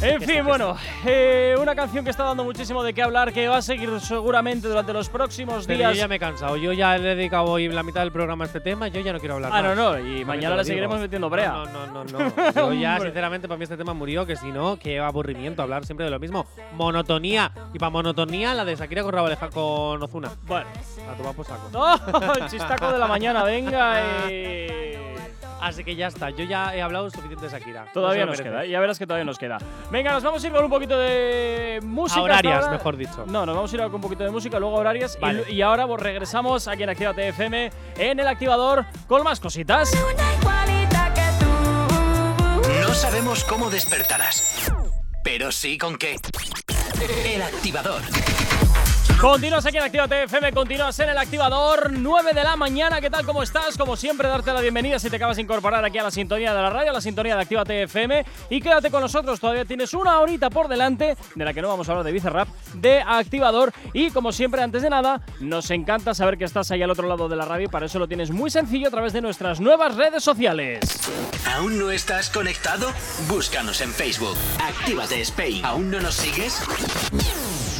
[SPEAKER 3] En
[SPEAKER 4] sí, que
[SPEAKER 3] fin, bueno, eh, una canción que está dando muchísimo de qué hablar, que va a seguir seguramente durante los próximos
[SPEAKER 4] Pero
[SPEAKER 3] días.
[SPEAKER 4] yo ya me he cansado, yo ya le he dedicado hoy la mitad del programa a este tema, yo ya no quiero hablar
[SPEAKER 3] Ah, no,
[SPEAKER 4] más.
[SPEAKER 3] no, y
[SPEAKER 4] También te
[SPEAKER 3] mañana
[SPEAKER 4] lo
[SPEAKER 3] la
[SPEAKER 4] digo.
[SPEAKER 3] seguiremos metiendo brea.
[SPEAKER 4] No, no, no, no. no. Yo ya,
[SPEAKER 3] Hombre.
[SPEAKER 4] sinceramente, para mí este tema murió, que si no, qué aburrimiento hablar siempre de lo mismo. Monotonía. Y para monotonía, la de Shakira con Rabaleja con Ozuna.
[SPEAKER 3] Bueno,
[SPEAKER 4] A tomar por saco.
[SPEAKER 3] no, el chistaco de la mañana, venga. eh.
[SPEAKER 4] Así que ya está, yo ya he hablado suficiente de Shakira. No se
[SPEAKER 3] Todavía
[SPEAKER 4] lo
[SPEAKER 3] nos
[SPEAKER 4] merece.
[SPEAKER 3] queda, ¿eh? ya verás que todavía nos queda. Venga, nos vamos a ir con un poquito de música.
[SPEAKER 4] A horarias,
[SPEAKER 3] hasta ahora.
[SPEAKER 4] mejor dicho.
[SPEAKER 3] No, nos vamos a ir con un poquito de música, luego a horarias. y
[SPEAKER 4] Vale.
[SPEAKER 3] lu- Y, ahora pues, regresamos aquí en Activa FM en el activador con más cositas.
[SPEAKER 1] Una igualita que tú.
[SPEAKER 2] No sabemos cómo despertarás, pero sí con qué. El activador.
[SPEAKER 3] Continúas aquí en Actívate FM, continúas en el activador, 9 de la mañana, ¿qué tal? ¿Cómo estás? Como siempre, darte la bienvenida si te acabas de incorporar aquí a la sintonía de la radio, a la sintonía de Actívate FM y quédate con nosotros, todavía tienes una horita por delante, de la que no vamos a hablar de Bizarrap, de activador y como siempre, antes de nada, nos encanta saber que estás ahí al otro lado de la radio y para eso lo tienes muy sencillo a través de nuestras nuevas redes sociales.
[SPEAKER 2] ¿Aún no estás conectado? Búscanos en Facebook. Actívate Spain. ¿Aún no nos sigues?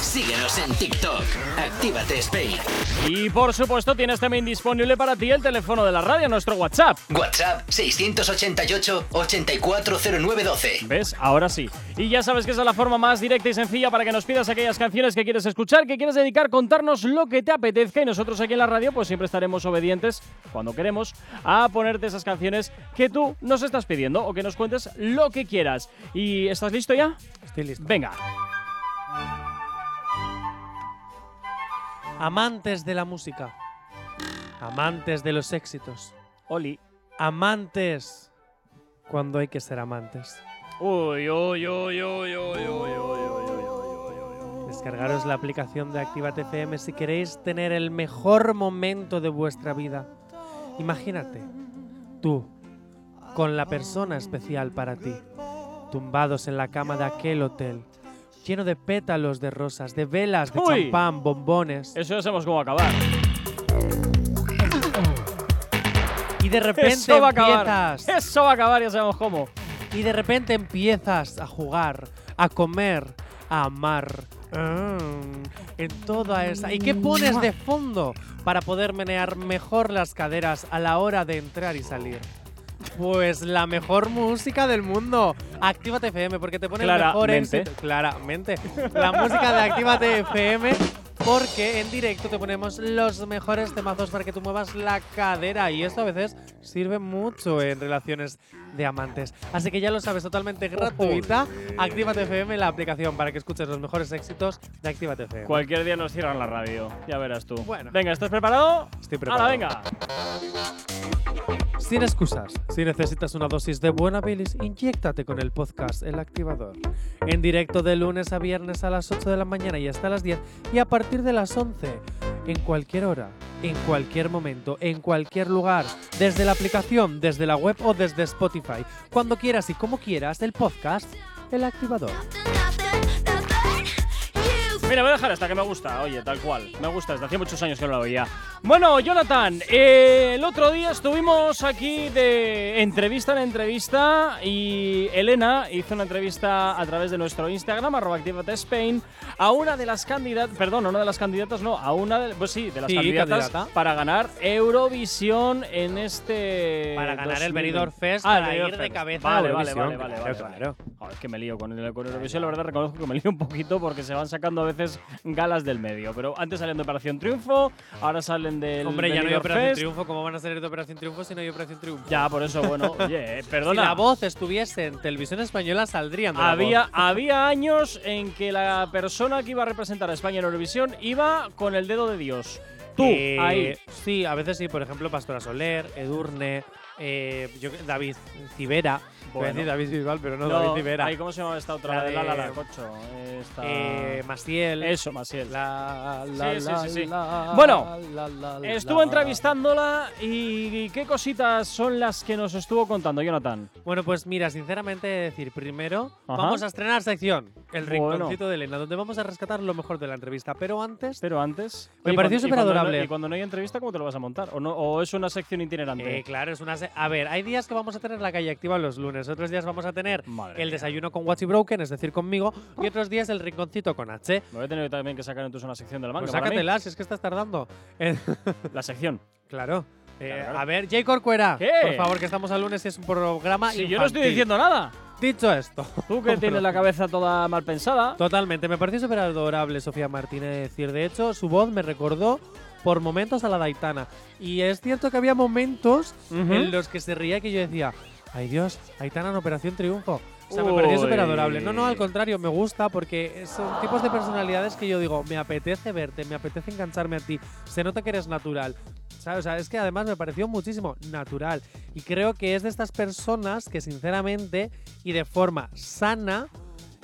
[SPEAKER 2] Síguenos en TikTok. Actívate Spain.
[SPEAKER 3] Y por supuesto, tienes también disponible para ti el teléfono de la radio, nuestro WhatsApp.
[SPEAKER 2] WhatsApp 688-840912.
[SPEAKER 3] ¿Ves? Ahora sí. Y ya sabes que esa es la forma más directa y sencilla para que nos pidas aquellas canciones que quieres escuchar, que quieres dedicar, contarnos lo que te apetezca. Y nosotros aquí en la radio, pues siempre estaremos obedientes, cuando queremos, a ponerte esas canciones que tú nos estás pidiendo o que nos cuentes lo que quieras. ¿Y estás listo ya?
[SPEAKER 4] Estoy listo.
[SPEAKER 3] Venga.
[SPEAKER 4] Amantes de la música. Amantes de los éxitos.
[SPEAKER 3] Oli.
[SPEAKER 4] Amantes cuando hay que ser amantes.
[SPEAKER 3] Uy, uy, uy, uy, uy, uy, uy, uy, uy, uy, uy, uy.
[SPEAKER 4] Descargaros la aplicación de Actívate FM si queréis tener el mejor momento de vuestra vida. Imagínate, tú, con la persona especial para ti, tumbados en la cama de aquel hotel, lleno de pétalos de rosas, de velas, de
[SPEAKER 3] Uy.
[SPEAKER 4] champán, bombones,
[SPEAKER 3] Eso ya sabemos cómo acabar.
[SPEAKER 4] y de repente
[SPEAKER 3] Eso va a acabar.
[SPEAKER 4] empiezas
[SPEAKER 3] Eso va a acabar, ya sabemos cómo.
[SPEAKER 4] Y de repente empiezas a jugar, a comer, a amar. Mm, En toda esa. ¿Y qué pones de fondo para poder menear mejor las caderas a la hora de entrar y salir? Pues la mejor música del mundo. Actívate FM, porque te pone el mejor
[SPEAKER 3] Claramente.
[SPEAKER 4] éxito. Claramente. La música de Actívate FM, porque en directo te ponemos los mejores temazos para que tú muevas la cadera. Y esto a veces sirve mucho en relaciones de amantes. Así que ya lo sabes, totalmente gratuita. Actívate FM, la aplicación para que escuches los mejores éxitos de Actívate FM.
[SPEAKER 3] Cualquier día nos cierran la radio, ya verás tú.
[SPEAKER 4] Bueno.
[SPEAKER 3] Venga, ¿estás preparado?
[SPEAKER 4] Estoy preparado.
[SPEAKER 3] Ahora, venga.
[SPEAKER 4] Sin excusas, si necesitas una dosis de buena bilis, inyéctate con el podcast El Activador. En directo de lunes a viernes a las 8 de la mañana y hasta las 10 y a partir de las 11, en cualquier hora, en cualquier momento, en cualquier lugar, desde la aplicación, desde la web o desde Spotify. Cuando quieras y como quieras, el podcast El Activador.
[SPEAKER 3] Mira, voy a dejar esta que me gusta, oye, tal cual. Me gusta, desde hacía muchos años que no la veía. Bueno, Jonathan, eh, el otro día estuvimos aquí de entrevista en entrevista y Elena hizo una entrevista a través de nuestro Instagram, arroba Actívate Spain, a una de las candidatas, perdón, a una de las candidatas, no, a una de, pues sí, de las
[SPEAKER 4] Sí,
[SPEAKER 3] candidatas
[SPEAKER 4] candidata.
[SPEAKER 3] para ganar Eurovisión en este...
[SPEAKER 4] Para ganar
[SPEAKER 3] 2020.
[SPEAKER 4] el Benidorm Fest,
[SPEAKER 3] Ah, el
[SPEAKER 4] para
[SPEAKER 3] Benidorm
[SPEAKER 4] ir de
[SPEAKER 3] Fest.
[SPEAKER 4] cabeza a
[SPEAKER 3] Vale, vale,
[SPEAKER 4] Eurovisión,
[SPEAKER 3] vale, vale,
[SPEAKER 4] claro,
[SPEAKER 3] vale,
[SPEAKER 4] claro.
[SPEAKER 3] Joder, es que me lío con el con Eurovisión, la verdad reconozco que me lío un poquito porque se van sacando a veces galas del medio. Pero antes salían de Operación Triunfo, ahora salen del
[SPEAKER 4] Hombre, ya no hay
[SPEAKER 3] Benidorm
[SPEAKER 4] Operación
[SPEAKER 3] Fest.
[SPEAKER 4] Triunfo. ¿Cómo van a salir de Operación Triunfo si no hay Operación Triunfo?
[SPEAKER 3] Ya, por eso, bueno, oye, eh,
[SPEAKER 4] Si
[SPEAKER 3] perdona.
[SPEAKER 4] la voz estuviese en televisión española, saldrían de la Voz.
[SPEAKER 3] había, había años en que la persona que iba a representar a España en Eurovisión iba con el dedo de Dios. Tú,
[SPEAKER 4] Eh,
[SPEAKER 3] ahí.
[SPEAKER 4] Sí, a veces sí, por ejemplo, Pastora Soler, Edurne, eh, yo- David Civera. Voy a
[SPEAKER 3] Bueno.
[SPEAKER 4] decir David Bisbal, pero no,
[SPEAKER 3] No,
[SPEAKER 4] David Civera.
[SPEAKER 3] ahí, ¿Cómo se llama esta otra?
[SPEAKER 4] La
[SPEAKER 3] La de la, la, la,
[SPEAKER 4] de-
[SPEAKER 3] cocho. Esta...
[SPEAKER 4] Eh, Maciel.
[SPEAKER 3] Eso, Maciel.
[SPEAKER 4] La,
[SPEAKER 3] Sí, sí, sí, sí.
[SPEAKER 4] la,
[SPEAKER 3] Bueno,
[SPEAKER 4] la, la, la,
[SPEAKER 3] Estuvo
[SPEAKER 4] la.
[SPEAKER 3] entrevistándola y, y qué cositas son las que nos estuvo contando, Jonathan.
[SPEAKER 4] Bueno, pues mira, sinceramente he de decir, primero
[SPEAKER 3] Ajá.
[SPEAKER 4] vamos a estrenar sección, el
[SPEAKER 3] Bueno.
[SPEAKER 4] rinconcito de Elena, donde vamos a rescatar lo mejor de la entrevista. Pero antes,
[SPEAKER 3] Pero antes.
[SPEAKER 4] Me
[SPEAKER 3] Oye, cuando-
[SPEAKER 4] pareció
[SPEAKER 3] y cuando no-
[SPEAKER 4] superadorable.
[SPEAKER 3] Y cuando no hay entrevista, ¿cómo te lo vas a montar? ¿O, no, o es una sección itinerante?
[SPEAKER 4] Eh, claro, es una. se- A ver, hay días que vamos a tener la calle activa los lunes, otros días vamos a tener
[SPEAKER 3] Madre
[SPEAKER 4] el
[SPEAKER 3] mía.
[SPEAKER 4] desayuno con Watchy Broken, es decir, conmigo, y otros días el rinconcito con H.
[SPEAKER 3] Me voy a tener también que sacar entonces una sección de la manga.
[SPEAKER 4] Pues
[SPEAKER 3] para mí.
[SPEAKER 4] sácatela, si es que estás tardando. Eh,
[SPEAKER 3] La sección.
[SPEAKER 4] claro. Eh,
[SPEAKER 3] Claro, claro.
[SPEAKER 4] A ver, J. Corcuera,
[SPEAKER 3] ¿Qué?
[SPEAKER 4] por favor, que estamos al lunes y es un programa.
[SPEAKER 3] Si yo no estoy
[SPEAKER 4] Ah, infantil.
[SPEAKER 3] diciendo nada.
[SPEAKER 4] Dicho esto.
[SPEAKER 3] Tú que tienes la cabeza toda mal pensada.
[SPEAKER 4] Totalmente, me pareció súper adorable Sofía Martínez es decir. De hecho, su voz me recordó por momentos a la Daitana. Y es cierto que había momentos
[SPEAKER 3] Ujú.
[SPEAKER 4] en los que se reía que yo decía, ay Dios, Aitana en Operación Triunfo. O sea, me pareció
[SPEAKER 3] Uy.
[SPEAKER 4] súper adorable. No, no, al contrario, me gusta porque son tipos de personalidades que yo digo, me apetece verte, me apetece engancharme a ti. Se nota que eres natural. ¿Sabes? O sea, es que además me pareció muchísimo natural. Y creo que es de estas personas que sinceramente y de forma sana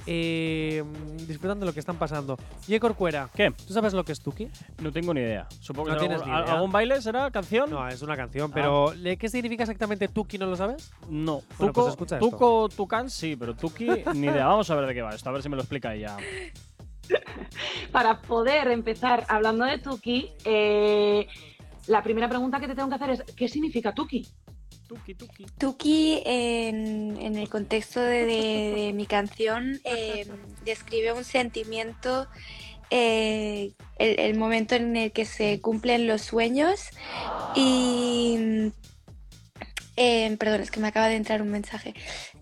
[SPEAKER 4] eh, disfrutan de lo que están pasando. Y Corcuera,
[SPEAKER 3] ¿Qué?
[SPEAKER 4] ¿tú sabes lo que es Tuki?
[SPEAKER 3] No tengo ni idea. Supongo
[SPEAKER 4] No
[SPEAKER 3] que será
[SPEAKER 4] tienes ni
[SPEAKER 3] algún,
[SPEAKER 4] idea.
[SPEAKER 3] ¿algún baile será canción.
[SPEAKER 4] No, es una canción, pero ¿le- Ah. ¿qué significa exactamente Tuki? ¿No lo sabes?
[SPEAKER 3] No. Tuco,
[SPEAKER 4] Bueno, pues escucha esto.
[SPEAKER 3] Tuco Tucán sí, pero Tuki ni idea. Vamos a ver de qué va esto, a ver si me lo explica ella.
[SPEAKER 7] Para poder empezar hablando de Tuki, eh, la primera pregunta que te tengo que hacer es, ¿qué significa Tuki?
[SPEAKER 3] Tuki, Tuki.
[SPEAKER 8] Tuki, en, en el contexto de, de- de mi canción, eh, describe un sentimiento, eh, el, el momento en el que se cumplen los sueños y... eh, perdón, es que me acaba de entrar un mensaje.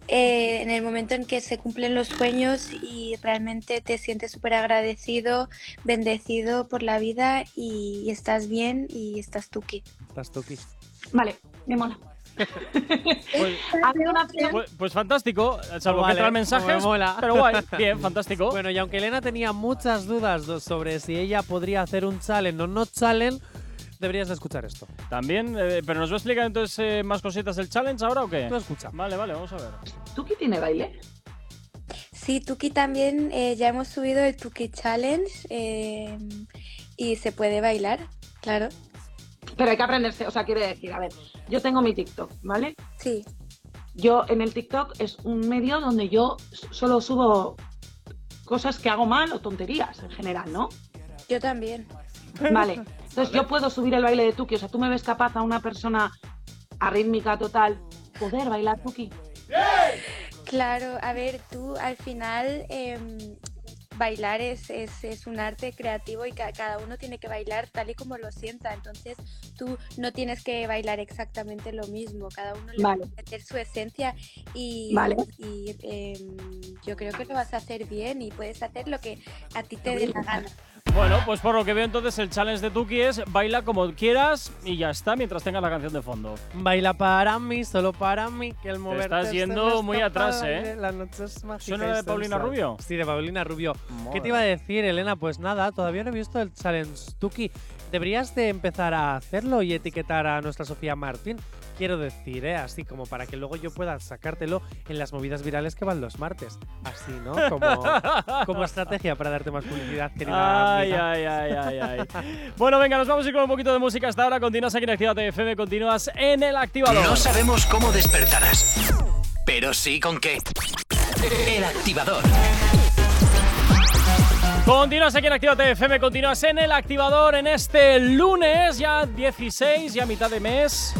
[SPEAKER 8] Eh, en el momento en que se cumplen los sueños y realmente te sientes súper agradecido, bendecido por la vida y, y estás bien y estás Tuki.
[SPEAKER 4] Estás Tuki.
[SPEAKER 7] Vale, me mola.
[SPEAKER 3] Pues,
[SPEAKER 7] Ha habido una opción-
[SPEAKER 3] pues- pues fantástico, salvo
[SPEAKER 4] Vale,
[SPEAKER 3] que trae mensajes.
[SPEAKER 4] me mola.
[SPEAKER 3] Pero guay, bien, fantástico.
[SPEAKER 4] Bueno, y aunque Elena tenía muchas dudas do- sobre si ella podría hacer un challenge o no challenge, deberías de escuchar esto.
[SPEAKER 3] También, eh, pero ¿nos va a explicar entonces eh, más cositas del challenge ahora o qué?
[SPEAKER 4] Tú escucha.
[SPEAKER 3] Vale, vale, vamos a ver.
[SPEAKER 7] ¿Tuki tiene baile?
[SPEAKER 8] Sí, Tuki también, eh, ya hemos subido el Tuki Challenge eh, y se puede bailar, claro.
[SPEAKER 7] Pero hay que aprenderse, o sea, quiere decir, a ver, yo tengo mi TikTok, ¿vale?
[SPEAKER 8] Sí,
[SPEAKER 7] Yo en el TikTok es un medio donde yo s- solo subo cosas que hago mal o tonterías en general, ¿no?
[SPEAKER 8] yo también.
[SPEAKER 7] Vale. Entonces yo puedo subir el baile de Tuki, o sea, tú me ves capaz a una persona arrítmica total poder bailar Tuki.
[SPEAKER 8] Claro, a ver, tú al final em, bailar es, es, es un arte creativo y ca- cada uno tiene que bailar tal y como lo sienta, entonces tú no tienes que bailar exactamente lo mismo, cada uno le va
[SPEAKER 7] Vale.
[SPEAKER 8] a meter su esencia y,
[SPEAKER 7] Vale.
[SPEAKER 8] y, em, yo creo que lo vas a hacer bien y puedes hacer lo que a ti te dé la gana.
[SPEAKER 3] Bueno, pues por lo que veo entonces el challenge de Tuki es baila como quieras y ya está mientras tengas la canción de fondo.
[SPEAKER 4] Baila para mí, solo para mí, que el moverte...
[SPEAKER 3] estás
[SPEAKER 4] se
[SPEAKER 3] yendo
[SPEAKER 4] me
[SPEAKER 3] muy
[SPEAKER 4] escapa,
[SPEAKER 3] atrás, ¿eh?
[SPEAKER 4] baile, La noche es mágica
[SPEAKER 3] ¿Suena
[SPEAKER 4] y
[SPEAKER 3] la de Paulina
[SPEAKER 4] sensual.
[SPEAKER 3] Rubio?
[SPEAKER 4] Sí, de Paulina Rubio. ¿Qué
[SPEAKER 3] Madre.
[SPEAKER 4] te iba a decir, Elena? Pues nada, todavía no he visto el challenge Tuki. Deberías de empezar a hacerlo y etiquetar a nuestra Sofía Martín. Quiero decir, ¿eh? Así como para que luego yo pueda sacártelo en las movidas virales que van los martes. Así, ¿no? Como, como estrategia para darte más publicidad, querida
[SPEAKER 3] Ay,
[SPEAKER 4] amiga.
[SPEAKER 3] ay, ay, ay, ay. bueno, venga, nos vamos a ir con un poquito de música hasta ahora. Continúas aquí en Actívate FM, continúas en el activador.
[SPEAKER 2] No sabemos cómo despertarás, pero sí con qué. El activador.
[SPEAKER 3] Continúas aquí en Actívate FM, continúas en el activador en este lunes, ya 16, ya mitad de mes.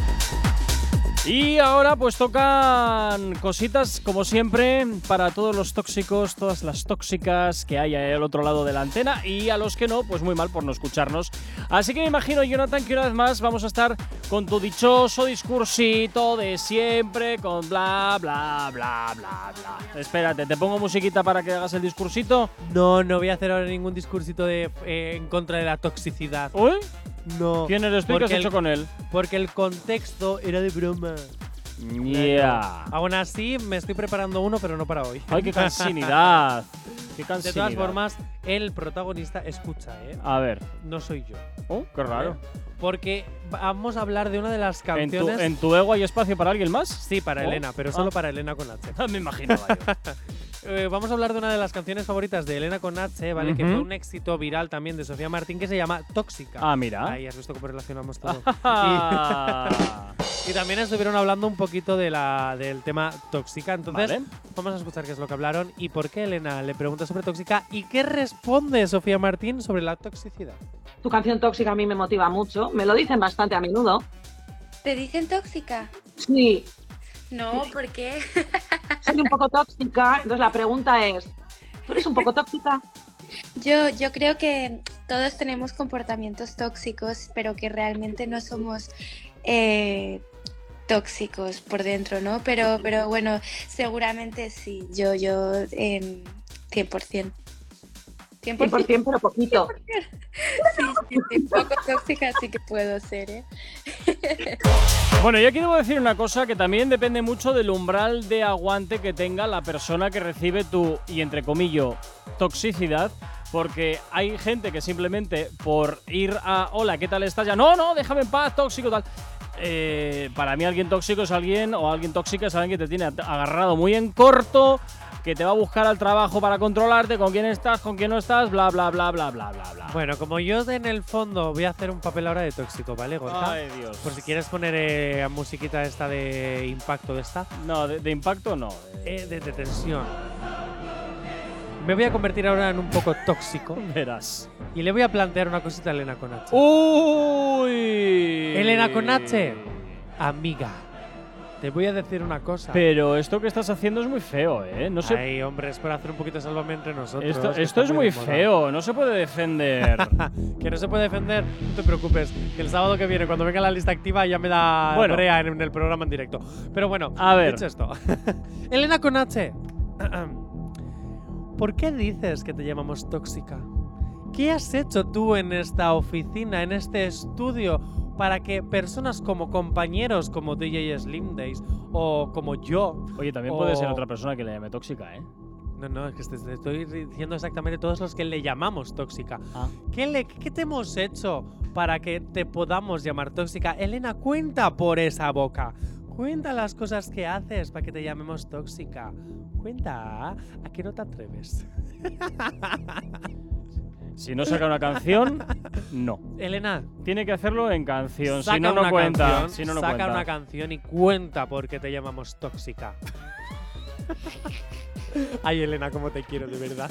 [SPEAKER 3] Y ahora pues tocan cositas, como siempre, para todos los tóxicos, todas las tóxicas que hay al otro lado de la antena y a los que no, pues muy mal por no escucharnos. Así que me imagino, Jonathan, que una vez más vamos a estar con tu dichoso discursito de siempre, con bla, bla, bla, bla, bla. Espérate, ¿te pongo musiquita para que hagas el discursito?
[SPEAKER 4] No, no voy a hacer ahora ningún discursito de, eh, en contra de la toxicidad.
[SPEAKER 3] ¿Uy?
[SPEAKER 4] No.
[SPEAKER 3] ¿Quién eres tú y qué has
[SPEAKER 4] Porque el-
[SPEAKER 3] hecho con él?
[SPEAKER 4] Porque el contexto era de broma.
[SPEAKER 3] Yeah.
[SPEAKER 4] Aún así, me estoy preparando uno, pero no para hoy.
[SPEAKER 3] Ay, qué cansinidad. Qué cansinidad.
[SPEAKER 4] De todas formas, el protagonista escucha, ¿eh?
[SPEAKER 3] A ver.
[SPEAKER 4] No soy yo.
[SPEAKER 3] Oh, qué raro.
[SPEAKER 4] Porque vamos a hablar de una de las
[SPEAKER 3] ¿En tu,
[SPEAKER 4] canciones.
[SPEAKER 3] en tu ego hay espacio para alguien más?
[SPEAKER 4] Sí, para
[SPEAKER 3] Oh,
[SPEAKER 4] Elena, pero
[SPEAKER 3] ah.
[SPEAKER 4] solo para Elena con H.
[SPEAKER 3] Me imagino, vaya.
[SPEAKER 4] Eh, vamos a hablar de una de las canciones favoritas de Elena con H, ¿vale? Que
[SPEAKER 3] Ujú.
[SPEAKER 4] fue un éxito viral también de Sofía Martín que se llama Tóxica.
[SPEAKER 3] Ah, mira.
[SPEAKER 4] Ahí has visto cómo relacionamos todo.
[SPEAKER 3] Ah.
[SPEAKER 4] Y también estuvieron hablando un poquito de la, del tema tóxica. Entonces,
[SPEAKER 3] Vale.
[SPEAKER 4] vamos a escuchar qué es lo que hablaron y por qué Elena le pregunta sobre tóxica y qué responde Sofía Martín sobre la toxicidad.
[SPEAKER 7] Tu canción tóxica a mí me motiva mucho, me lo dicen bastante a menudo.
[SPEAKER 8] ¿Te dicen tóxica?
[SPEAKER 7] Sí,
[SPEAKER 8] No, ¿por qué?
[SPEAKER 7] soy un poco tóxica, entonces la pregunta es, ¿tú eres un poco tóxica?
[SPEAKER 8] Yo, yo creo que todos tenemos comportamientos tóxicos, pero que realmente no somos eh, tóxicos por dentro, ¿no? Pero, pero bueno, seguramente sí, yo, yo, em, 100%. 100%.
[SPEAKER 7] 100%, pero poquito.
[SPEAKER 8] Sí, sí, sí, un poco tóxica sí que puedo ser, ¿eh?
[SPEAKER 3] Bueno, yo aquí debo decir una cosa que también depende mucho del umbral de aguante que tenga la persona que recibe tu, y entre comillas, toxicidad. Porque hay gente que simplemente por ir a, hola, ¿qué tal estás? Ya, no, no, déjame en paz, tóxico, tal. Eh, para mí alguien tóxico es alguien, o alguien tóxica es alguien que te tiene at- agarrado muy en corto, que te va a buscar al trabajo para controlarte, con quién estás, con quién no estás, bla, bla, bla, bla, bla, bla, bla.
[SPEAKER 4] Bueno, como yo en el fondo voy a hacer un papel ahora de tóxico, ¿vale, Gorka?
[SPEAKER 3] Ay, Dios.
[SPEAKER 4] Por si quieres poner eh, musiquita esta de impacto de esta.
[SPEAKER 3] No, de, de impacto no.
[SPEAKER 4] Eh, de, de tensión. Me voy a convertir ahora en un poco tóxico
[SPEAKER 3] Verás.
[SPEAKER 4] y le voy a plantear una cosita a Elena Conache.
[SPEAKER 3] Uh. Uy.
[SPEAKER 4] Elena con H. Amiga, te voy a decir una cosa.
[SPEAKER 3] Pero esto que estás haciendo es muy feo, ¿eh? No se...
[SPEAKER 4] Ay, hombre, es para hacer un poquito de sálvame entre nosotros.
[SPEAKER 3] Esto,
[SPEAKER 4] que
[SPEAKER 3] esto
[SPEAKER 4] está
[SPEAKER 3] es muy
[SPEAKER 4] de moda.
[SPEAKER 3] feo, no se puede defender.
[SPEAKER 4] Que no se puede defender, no te preocupes. Que el sábado que viene, cuando venga la lista activa, ya me da
[SPEAKER 3] Bueno.
[SPEAKER 4] brea en, en el programa en directo. Pero bueno,
[SPEAKER 3] A ver.
[SPEAKER 4] dicho esto. Elena con H. ¿Por qué dices que te llamamos tóxica? ¿Qué has hecho tú en esta oficina, en este estudio, para que personas como compañeros como DJ Slim Days o como yo...
[SPEAKER 3] Oye, también puede ser
[SPEAKER 4] o-
[SPEAKER 3] otra persona que le llame tóxica, ¿eh?
[SPEAKER 4] No, no, es que te te estoy diciendo exactamente todos los que le llamamos tóxica.
[SPEAKER 3] Ah.
[SPEAKER 4] ¿Qué, le- ¿Qué te hemos hecho para que te podamos llamar tóxica? Elena, cuenta por esa boca. Cuenta las cosas que haces para que te llamemos tóxica. Cuenta, ¿a qué no te atreves?
[SPEAKER 3] Si no saca una canción, no.
[SPEAKER 4] Elena,
[SPEAKER 3] Tiene que hacerlo en canción,
[SPEAKER 4] saca
[SPEAKER 3] si no, no
[SPEAKER 4] una
[SPEAKER 3] cuenta.
[SPEAKER 4] canción,
[SPEAKER 3] si no, no
[SPEAKER 4] saca
[SPEAKER 3] cuenta.
[SPEAKER 4] una canción y cuenta por qué te llamamos tóxica. Ay, Elena, cómo te quiero, de verdad.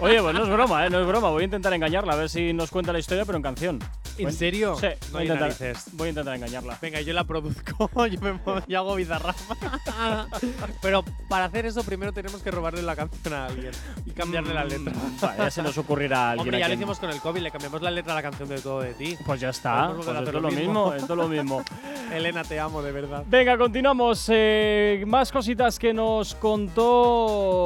[SPEAKER 3] Oye, pues no es broma, ¿eh? No es broma. Voy a intentar engañarla, a ver si nos cuenta la historia, pero en canción.
[SPEAKER 4] ¿En serio?
[SPEAKER 3] Sí, voy,
[SPEAKER 4] No
[SPEAKER 3] a
[SPEAKER 4] hay
[SPEAKER 3] intentar,
[SPEAKER 4] narices.
[SPEAKER 3] voy a intentar engañarla.
[SPEAKER 4] Venga, yo la produzco, yo, me, mo- yo hago bizarrafa. Pero para hacer eso primero tenemos que robarle la canción a alguien y cambiarle la letra.
[SPEAKER 3] Vale, ya se nos ocurrirá a Mm. alguien.
[SPEAKER 4] Hombre,
[SPEAKER 3] a
[SPEAKER 4] ya lo
[SPEAKER 3] quien-
[SPEAKER 4] hicimos con el COVID, le cambiamos la letra a la canción de Todo de ti.
[SPEAKER 3] Pues ya está. Pues
[SPEAKER 4] Podemos volver a
[SPEAKER 3] esto es
[SPEAKER 4] hacer
[SPEAKER 3] lo
[SPEAKER 4] lo
[SPEAKER 3] mismo,
[SPEAKER 4] mismo.
[SPEAKER 3] esto es lo mismo.
[SPEAKER 4] Elena, te amo, de verdad.
[SPEAKER 3] Venga, continuamos. eh, más cositas que nos contó.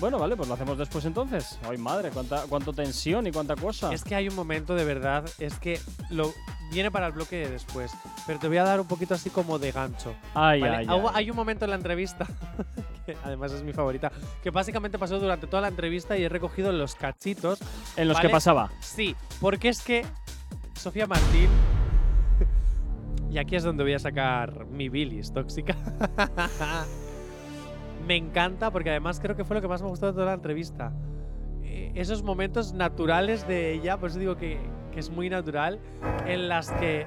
[SPEAKER 3] Bueno, vale, pues lo hacemos después entonces. Ay, madre, cuánta cuánto tensión y cuánta cosa.
[SPEAKER 4] Es que hay un momento, de verdad, es que lo viene para el bloque de después, pero te voy a dar un poquito así como de gancho.
[SPEAKER 3] Ay,
[SPEAKER 4] Vale,
[SPEAKER 3] ay,
[SPEAKER 4] hubo-
[SPEAKER 3] ay.
[SPEAKER 4] Hay un momento en la entrevista, que además es mi favorita, que básicamente pasó durante toda la entrevista y he recogido los cachitos
[SPEAKER 3] En los que
[SPEAKER 4] vale.
[SPEAKER 3] pasaba.
[SPEAKER 4] Sí, porque es que Sofía Martín. Y aquí es donde voy a sacar mi bilis tóxica. me encanta porque además creo que fue lo que más me gustó de toda la entrevista. Eh, Esos momentos naturales de ella, por eso digo que, que es muy natural, en las que...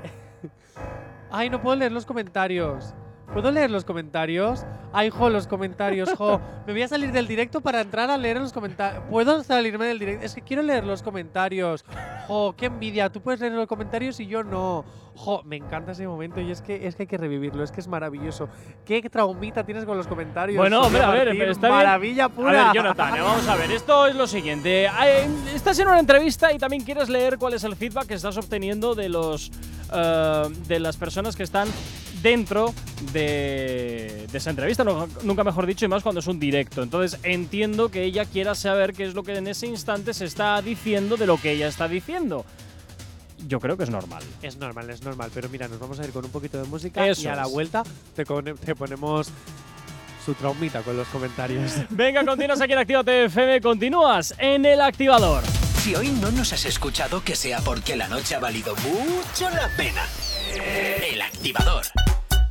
[SPEAKER 4] Ay, no puedo leer los comentarios. ¿Puedo leer los comentarios? Ay, jo, los comentarios, jo. Me voy a salir del directo para entrar a leer los comentarios. ¿Puedo salirme del directo? Es que quiero leer los comentarios. Jo, qué envidia. Tú puedes leer los comentarios y yo no. Jo, me encanta ese momento y es que, es que hay que revivirlo. Es que es maravilloso. Qué traumita tienes con los comentarios.
[SPEAKER 3] Bueno, hombre,
[SPEAKER 4] Sofía
[SPEAKER 3] a ver,
[SPEAKER 4] Martín?
[SPEAKER 3] pero está bien.
[SPEAKER 4] Maravilla
[SPEAKER 3] A
[SPEAKER 4] pura.
[SPEAKER 3] ver, Jonathan, eh, vamos a ver. Esto es lo siguiente. Eh, Estás en una entrevista y también quieres leer cuál es el feedback que estás obteniendo de los eh, de las personas que están dentro de, de esa entrevista, no- nunca mejor dicho, y más cuando es un directo. Entonces entiendo que ella quiera saber qué es lo que en ese instante se está diciendo de lo que ella está diciendo. Yo creo que es normal.
[SPEAKER 4] Es normal, es normal, pero mira, nos vamos a ir con un poquito de música y
[SPEAKER 3] Eso
[SPEAKER 4] a la
[SPEAKER 3] es.
[SPEAKER 4] vuelta te, cone- te ponemos su traumita con los comentarios.
[SPEAKER 3] Venga, continúas aquí en Actívate FM, continúas en el activador.
[SPEAKER 2] Si hoy no nos has escuchado, que sea porque la noche ha valido mucho la pena. El activador.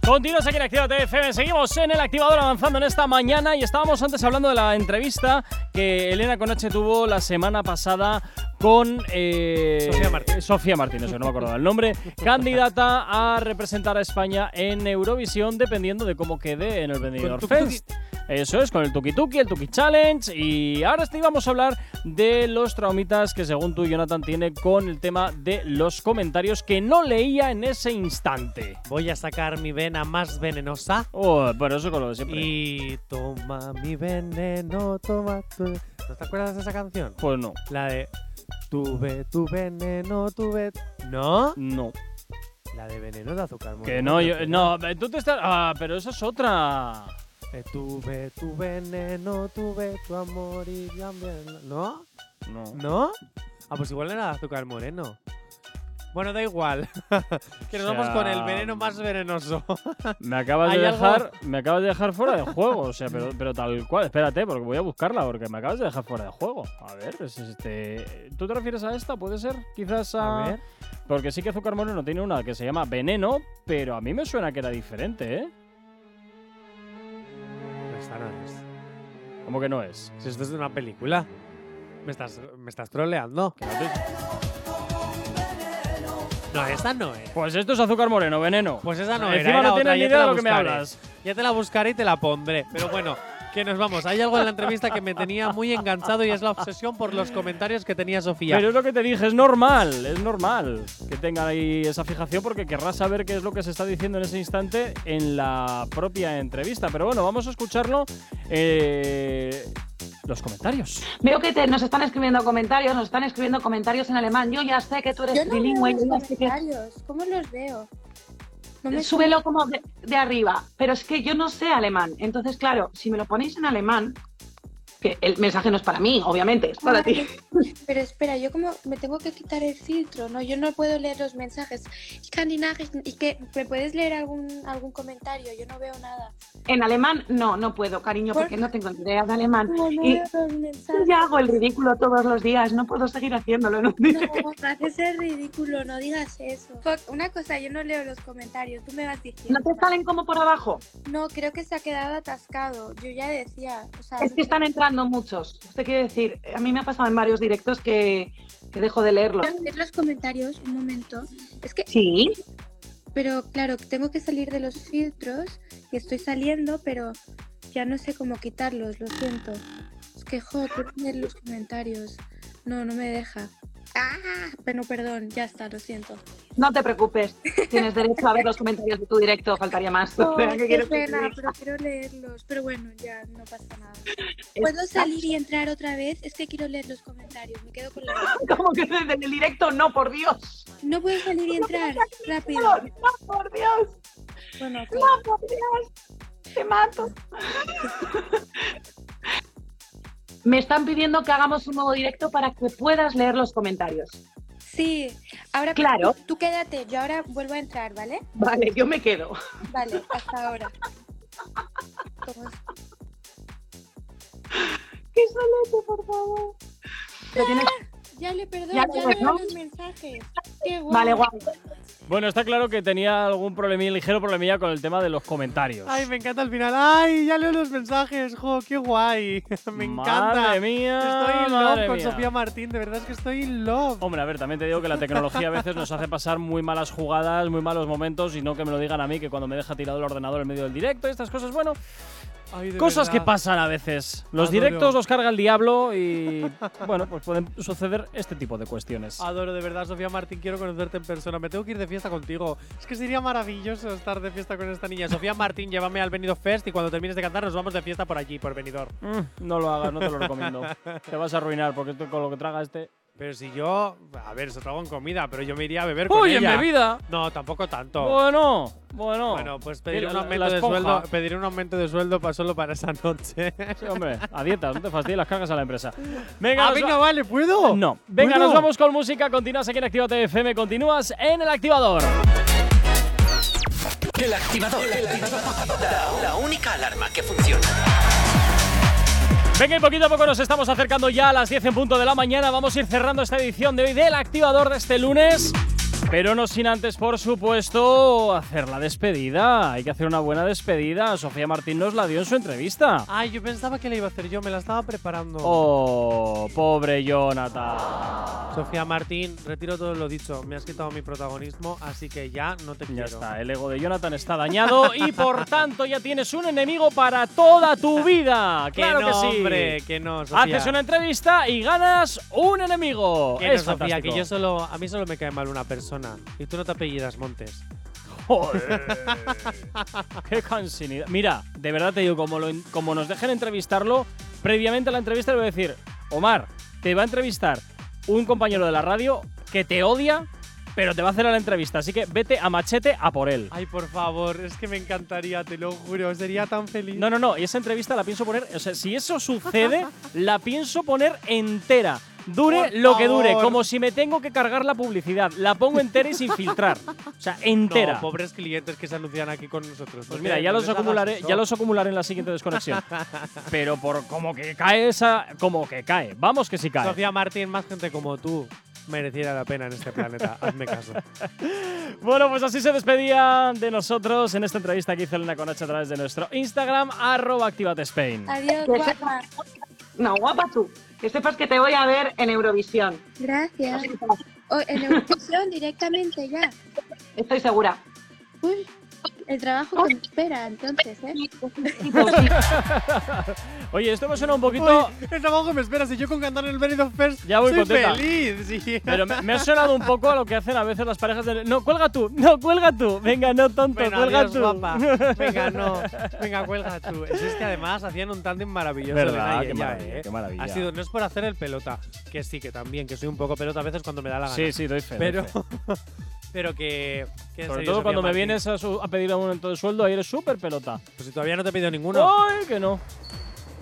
[SPEAKER 3] Continuas aquí en Actívate FM, seguimos en el activador avanzando en esta mañana y estábamos antes hablando de la entrevista que Elena Conache tuvo la semana pasada con eh,
[SPEAKER 4] Sofía Martín.
[SPEAKER 3] Sofía Martín, eso que no me acordaba el nombre, candidata a representar a España en Eurovisión dependiendo de cómo quede en el Benidorm
[SPEAKER 4] tuki-tuki.
[SPEAKER 3] Fest. Eso es, con el Tuki Tuki, el Tuki Challenge. Y ahora sí vamos a hablar de los traumitas que según tú, Jonathan, tiene con el tema de los comentarios que no leía en ese instante.
[SPEAKER 4] Voy a sacar mi vena más venenosa.
[SPEAKER 3] Oh, bueno, eso con lo de siempre.
[SPEAKER 4] Y toma mi veneno, toma tu... ¿No te acuerdas de esa canción?
[SPEAKER 3] Pues no,
[SPEAKER 4] La de... Tuve tu veneno, tuve... ¿No?
[SPEAKER 3] no.
[SPEAKER 4] La de veneno de azúcar. muy
[SPEAKER 3] Que
[SPEAKER 4] buena
[SPEAKER 3] no, yo,
[SPEAKER 4] canción.
[SPEAKER 3] no, eh, tú te estás. Ah, pero esa es otra.
[SPEAKER 4] Eh, tuve tu veneno, tuve tu amor y también. ¿No?
[SPEAKER 3] No.
[SPEAKER 4] ¿No? Ah, pues igual era azúcar moreno. Bueno, da igual. que nos
[SPEAKER 3] O sea, mm.
[SPEAKER 4] vamos con el veneno más venenoso.
[SPEAKER 3] Me acabas, de
[SPEAKER 4] Ah, ¿Hay algo?
[SPEAKER 3] dejar, me acabas de dejar fuera de juego, o sea, pero, pero tal cual. Espérate, porque voy a buscarla, porque me acabas de dejar fuera de juego. A ver, es este. ¿Tú te refieres a esta? ¿Puede ser? Quizás a.
[SPEAKER 4] A ver.
[SPEAKER 3] Porque sí que Azúcar Moreno tiene una que se llama Veneno, pero a mí me suena que era diferente, ¿eh?
[SPEAKER 4] Esta no es.
[SPEAKER 3] Como que no es.
[SPEAKER 4] Si esto es de una película. Me estás, me estás troleando. No, esta no es.
[SPEAKER 3] Pues esto es Azúcar Moreno, Veneno.
[SPEAKER 4] Pues esa no era,
[SPEAKER 3] Encima
[SPEAKER 4] era
[SPEAKER 3] no
[SPEAKER 4] otra,
[SPEAKER 3] tienes ni
[SPEAKER 4] ya te
[SPEAKER 3] idea de
[SPEAKER 4] la
[SPEAKER 3] lo que me
[SPEAKER 4] buscaré.
[SPEAKER 3] hablas.
[SPEAKER 4] Ya te la buscaré y te la pondré. Pero bueno, que nos vamos. Hay algo en la entrevista que me tenía muy enganchado y es la obsesión por los comentarios que tenía Sofía.
[SPEAKER 3] Pero es lo que te dije, es normal, es normal que tengan ahí esa fijación porque querrás saber qué es lo que se está diciendo en ese instante en la propia entrevista. Pero bueno, vamos a escucharlo. eh, los comentarios.
[SPEAKER 7] Veo que te- nos están escribiendo comentarios, nos están escribiendo comentarios en alemán. Yo ya sé que tú eres bilingüe, yo ya sé que-
[SPEAKER 8] ¿Cómo los veo? No
[SPEAKER 7] Súbelo como de, de arriba, pero es que yo no sé alemán. Entonces, claro, si me lo ponéis en alemán, que el mensaje no es para mí, obviamente, es
[SPEAKER 8] Ah.
[SPEAKER 7] para ti.
[SPEAKER 8] Pero espera, yo como me tengo que quitar el filtro, ¿no? Yo no puedo leer los mensajes. Ich kann die Nachrichten- ¿Y que ¿Me puedes leer algún, algún comentario? Yo no veo nada.
[SPEAKER 7] En alemán no, no puedo, cariño,
[SPEAKER 8] ¿Por
[SPEAKER 7] porque no tengo ni idea de alemán.
[SPEAKER 8] No, no
[SPEAKER 7] Y
[SPEAKER 8] veo los
[SPEAKER 7] yo
[SPEAKER 8] mensajes.
[SPEAKER 7] ya hago el ridículo todos los días, no puedo seguir haciéndolo. ¿no?
[SPEAKER 8] No, me haces ser ridículo, no digas eso. Una cosa, yo no leo los comentarios, tú me vas diciendo.
[SPEAKER 7] ¿No te salen como por abajo?
[SPEAKER 8] No, creo que se ha quedado atascado. Yo ya decía, o sea,
[SPEAKER 7] Es que están entrando muchos. Te quiero decir, a mí me ha pasado en varios directos que, que dejo de leerlos.
[SPEAKER 8] ¿puedo leer los comentarios un momento. Es que,
[SPEAKER 7] Sí,
[SPEAKER 8] pero claro, tengo que salir de los filtros y estoy saliendo, pero ya no sé cómo quitarlos, lo siento. Es que, jo, quiero leer los comentarios. No, no me deja. Ah, bueno, perdón, ya está, lo siento.
[SPEAKER 7] no te preocupes. Tienes derecho a ver los comentarios de tu directo, faltaría más. O sea,
[SPEAKER 8] Ay,
[SPEAKER 7] ¿qué
[SPEAKER 8] qué
[SPEAKER 7] quieres que te
[SPEAKER 8] pena,
[SPEAKER 7] diga?
[SPEAKER 8] pero quiero leerlos. Pero bueno, ya no pasa nada. ¿Puedo salir y entrar otra vez? Es que quiero leer los comentarios. Me quedo con la.
[SPEAKER 7] Como que desde el directo, no, por Dios.
[SPEAKER 8] No puedo salir y entrar. Rápido.
[SPEAKER 7] No, no, por Dios.
[SPEAKER 8] Bueno,
[SPEAKER 7] No, por Dios. Te mato. Me están pidiendo que hagamos un nuevo directo para que puedas leer los comentarios.
[SPEAKER 8] sí. Ahora,
[SPEAKER 7] Claro.
[SPEAKER 8] Tú quédate. Yo ahora vuelvo a entrar, ¿vale?
[SPEAKER 7] Vale, yo me quedo.
[SPEAKER 8] Vale, hasta ahora. Como es-
[SPEAKER 7] ¡Qué solete, por favor! Lo tienes-
[SPEAKER 8] Ya le perdono,
[SPEAKER 7] Ya
[SPEAKER 8] ya,
[SPEAKER 7] le
[SPEAKER 8] leo
[SPEAKER 7] perdono.
[SPEAKER 8] los mensajes. Qué guay.
[SPEAKER 7] Vale, guapo.
[SPEAKER 3] Bueno, está claro que tenía algún problemilla, ligero problemilla con el tema de los comentarios.
[SPEAKER 4] Ay, me encanta al final. Ay, ya leo los mensajes. Jo, qué guay. me encanta.
[SPEAKER 3] Madre mía.
[SPEAKER 4] Estoy in
[SPEAKER 3] madre
[SPEAKER 4] love con
[SPEAKER 3] mía.
[SPEAKER 4] Sofía Martín. De verdad es que estoy in love.
[SPEAKER 3] Hombre, a ver, también te digo que la tecnología a veces nos hace pasar muy malas jugadas, muy malos momentos, y no que me lo digan a mí, que cuando me deja tirado el ordenador en medio del directo y estas cosas, bueno,
[SPEAKER 4] Ay, de
[SPEAKER 3] Cosas que
[SPEAKER 4] verdad.
[SPEAKER 3] pasan a veces. Los
[SPEAKER 4] Adoro.
[SPEAKER 3] directos los carga el diablo y, bueno, pues pueden suceder este tipo de cuestiones.
[SPEAKER 4] Adoro de verdad, Sofía Martín, quiero conocerte en persona. Me tengo que ir de fiesta contigo. Es que sería maravilloso estar de fiesta con esta niña. Sofía Martín, llévame al Benidorm Fest y cuando termines de cantar nos vamos de fiesta por allí, por Benidorm.
[SPEAKER 3] Mm, no lo hagas, no te lo recomiendo. te vas a arruinar porque esto con lo que traga este.
[SPEAKER 4] Pero si yo, a ver, eso trago en comida, pero yo me iría a beber con
[SPEAKER 3] ¡Uy, en
[SPEAKER 4] ella.
[SPEAKER 3] bebida!
[SPEAKER 4] No, tampoco tanto.
[SPEAKER 3] Bueno, bueno.
[SPEAKER 4] Bueno, pues pediré
[SPEAKER 3] Mira,
[SPEAKER 4] un
[SPEAKER 3] la-
[SPEAKER 4] aumento
[SPEAKER 3] la
[SPEAKER 4] de
[SPEAKER 3] esponja.
[SPEAKER 4] sueldo, pediré un aumento de sueldo para solo para esa noche.
[SPEAKER 3] Sí, hombre, a dietas, no te fastidies las cargas a la empresa. Venga,
[SPEAKER 4] ah,
[SPEAKER 3] nos va-
[SPEAKER 4] venga, vale, ¿puedo?
[SPEAKER 3] No. Venga,
[SPEAKER 4] ¿Puedo?
[SPEAKER 3] nos vamos con música. Continúas aquí en Actívate FM, continúas en el activador.
[SPEAKER 2] El activador. El activador. La, la única alarma que funciona.
[SPEAKER 3] Venga, y poquito a poco nos estamos acercando ya a las 10 en punto de la mañana. Vamos a ir cerrando esta edición de hoy del activador de este lunes. Pero no sin antes, por supuesto, hacer la despedida. Hay que hacer una buena despedida. Sofía Martín nos la dio en su entrevista.
[SPEAKER 4] Ay, yo pensaba que la iba a hacer yo, me la estaba preparando.
[SPEAKER 3] Oh, pobre Jonathan.
[SPEAKER 4] Sofía Martín, retiro todo lo dicho. Me has quitado mi protagonismo, así que ya no te
[SPEAKER 3] Ya
[SPEAKER 4] quiero.
[SPEAKER 3] está, el ego de Jonathan está dañado y por tanto ya tienes un enemigo para toda tu vida.
[SPEAKER 4] Que
[SPEAKER 3] Claro
[SPEAKER 4] no,
[SPEAKER 3] que sí.
[SPEAKER 4] hombre, que no, Sofía.
[SPEAKER 3] Haces una entrevista y ganas un enemigo.
[SPEAKER 4] Que no,
[SPEAKER 3] es
[SPEAKER 4] Sofía, que
[SPEAKER 3] fantástico.
[SPEAKER 4] yo solo, a mí solo me cae mal una persona. Y tú no te apellidas Montes.
[SPEAKER 3] Joder. Qué cansinidad. Mira, de verdad te digo, como, lo en- como nos dejen entrevistarlo, previamente a la entrevista le voy a decir, Omar, te va a entrevistar un compañero de la radio que te odia, pero te va a hacer la entrevista, así que vete a machete a por él.
[SPEAKER 4] Ay, por favor, es que me encantaría, te lo juro, sería tan feliz.
[SPEAKER 3] No, no, no, y esa entrevista la pienso poner, o sea, si eso sucede, la pienso poner entera. Dure
[SPEAKER 4] Por
[SPEAKER 3] lo que dure,
[SPEAKER 4] favor.
[SPEAKER 3] como si me tengo que cargar la publicidad. La pongo entera y sin filtrar. O sea, entera.
[SPEAKER 4] No, pobres clientes que se anuncian aquí con nosotros.
[SPEAKER 3] Pues
[SPEAKER 4] No
[SPEAKER 3] mira,
[SPEAKER 4] te-
[SPEAKER 3] ya
[SPEAKER 4] no
[SPEAKER 3] los
[SPEAKER 4] les hagas
[SPEAKER 3] acumularé,
[SPEAKER 4] eso.
[SPEAKER 3] ya los acumularé en la siguiente desconexión. Pero por como que cae esa, como que cae. Vamos que sí cae.
[SPEAKER 4] Sofía Martín, más gente como tú mereciera la pena en este planeta. Hazme caso.
[SPEAKER 3] Bueno, pues así se despedía de nosotros en esta entrevista que hizo Elena Conacha a través de nuestro Instagram, arroba ActivateSpain.
[SPEAKER 8] Adiós,
[SPEAKER 7] Que
[SPEAKER 8] guapa.
[SPEAKER 7] sepas- No, guapa tú. Que sepas que te voy a ver en Eurovisión.
[SPEAKER 8] Gracias.
[SPEAKER 7] Así que estás-
[SPEAKER 8] O en Eurovisión directamente ya.
[SPEAKER 7] Estoy segura.
[SPEAKER 8] Uy, el trabajo que me espera entonces, ¿eh?
[SPEAKER 3] Oye, esto me suena un poquito.
[SPEAKER 4] Uy, el trabajo que me espera, si yo con cantar en el Benidorm Fest
[SPEAKER 3] Ya voy
[SPEAKER 4] soy
[SPEAKER 3] contenta.
[SPEAKER 4] feliz. sí.
[SPEAKER 3] Pero me, me ha sonado un poco a lo que hacen a veces las parejas de. No, cuelga tú, no, cuelga tú. Venga, no tonto,
[SPEAKER 4] Bueno,
[SPEAKER 3] cuelga
[SPEAKER 4] adiós,
[SPEAKER 3] tú.
[SPEAKER 4] guapa. Venga, no. Venga, cuelga tú. Es que además hacían un tándem maravilloso.
[SPEAKER 3] Verdad,
[SPEAKER 4] Elena y
[SPEAKER 3] qué
[SPEAKER 4] ella,
[SPEAKER 3] maravilla,
[SPEAKER 4] ¿eh?
[SPEAKER 3] qué maravilla.
[SPEAKER 4] Ha sido, no es por hacer el pelota, que sí, que también, que soy un poco pelota a veces cuando me da la gana.
[SPEAKER 3] Sí, sí, doy fe. doy
[SPEAKER 4] Pero,
[SPEAKER 3] fe.
[SPEAKER 4] pero que, que en
[SPEAKER 3] Sobre
[SPEAKER 4] serio,
[SPEAKER 3] todo
[SPEAKER 4] Sofía
[SPEAKER 3] cuando me
[SPEAKER 4] Martín,
[SPEAKER 3] vienes a, su- a pedir aumento de sueldo, ahí eres súper pelota.
[SPEAKER 4] Pues si todavía no te he pedido ninguno.
[SPEAKER 3] ¡Ay, que no!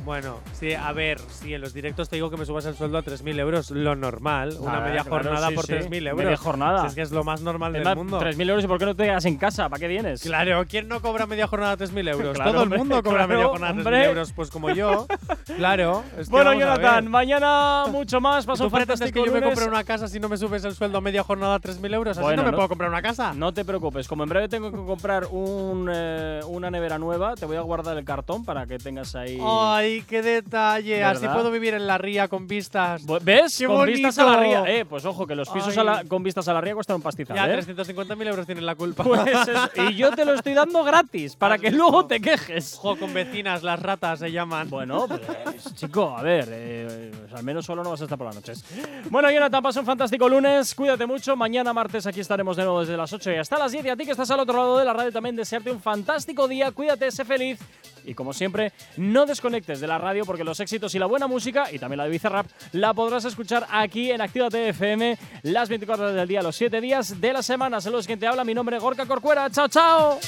[SPEAKER 4] Bueno, sí, a ver, si en los directos te digo que me subas el sueldo a 3.000 euros, lo normal. Una
[SPEAKER 3] Ah,
[SPEAKER 4] media
[SPEAKER 3] claro,
[SPEAKER 4] jornada
[SPEAKER 3] sí,
[SPEAKER 4] por
[SPEAKER 3] sí.
[SPEAKER 4] 3.000 euros.
[SPEAKER 3] Media jornada.
[SPEAKER 4] Si es que es lo más normal
[SPEAKER 3] Es
[SPEAKER 4] del
[SPEAKER 3] más,
[SPEAKER 4] mundo.
[SPEAKER 3] 3.000 euros y ¿por qué no te quedas en casa? ¿Para qué vienes?
[SPEAKER 4] Claro, ¿quién no cobra media jornada 3.000 euros?
[SPEAKER 3] Claro,
[SPEAKER 4] Todo
[SPEAKER 3] hombre,
[SPEAKER 4] el mundo cobra
[SPEAKER 3] claro,
[SPEAKER 4] media jornada 3.000
[SPEAKER 3] hombre.
[SPEAKER 4] euros, pues como yo. Claro. es que
[SPEAKER 3] Bueno,
[SPEAKER 4] vamos a
[SPEAKER 3] Jonathan,
[SPEAKER 4] ver.
[SPEAKER 3] mañana mucho más. Paso
[SPEAKER 4] ¿Tú
[SPEAKER 3] un
[SPEAKER 4] pretendes
[SPEAKER 3] fantástico
[SPEAKER 4] que yo me
[SPEAKER 3] este lunes.
[SPEAKER 4] compre una casa si no me subes el sueldo a media jornada 3.000 euros? Así
[SPEAKER 3] Bueno,
[SPEAKER 4] no me
[SPEAKER 3] no.
[SPEAKER 4] puedo comprar una casa.
[SPEAKER 3] No te preocupes, como en breve tengo que comprar un, eh, una nevera nueva, te voy a guardar el cartón para que tengas ahí.
[SPEAKER 4] Ay, qué detalle. Así
[SPEAKER 3] ¿Verdad?
[SPEAKER 4] puedo vivir en la ría con vistas.
[SPEAKER 3] Bu- ¿Ves?
[SPEAKER 4] ¡Qué
[SPEAKER 3] con vistas a la
[SPEAKER 4] bonito!
[SPEAKER 3] ría. Eh, pues ojo, que los pisos
[SPEAKER 4] Ay.
[SPEAKER 3] a la- con vistas a la ría cuestan un pastizal,
[SPEAKER 4] ya,
[SPEAKER 3] ¿eh?
[SPEAKER 4] 350.000 euros tienen la culpa.
[SPEAKER 3] Pues eso, y yo te lo estoy dando gratis para
[SPEAKER 4] Has
[SPEAKER 3] que
[SPEAKER 4] visto.
[SPEAKER 3] luego te quejes.
[SPEAKER 4] Ojo, con vecinas, las ratas se llaman.
[SPEAKER 3] Bueno, pues, chico, a ver, eh, pues, al menos solo no vas a estar por las noches. Bueno, Jonathan, pasa un fantástico lunes, cuídate mucho. Mañana martes aquí estaremos de nuevo desde las 8 y hasta las 10. Y a ti que estás al otro lado de la radio también desearte un fantástico día, cuídate, sé feliz. Y como siempre, no desconectes de la radio porque los éxitos y la buena música, y también la de Bizarrap, la podrás escuchar aquí en Actívate FM las 24 horas del día, los 7 días de la semana. Saludos, quien te habla, mi nombre es Gorka Corcuera. ¡Chao, chao!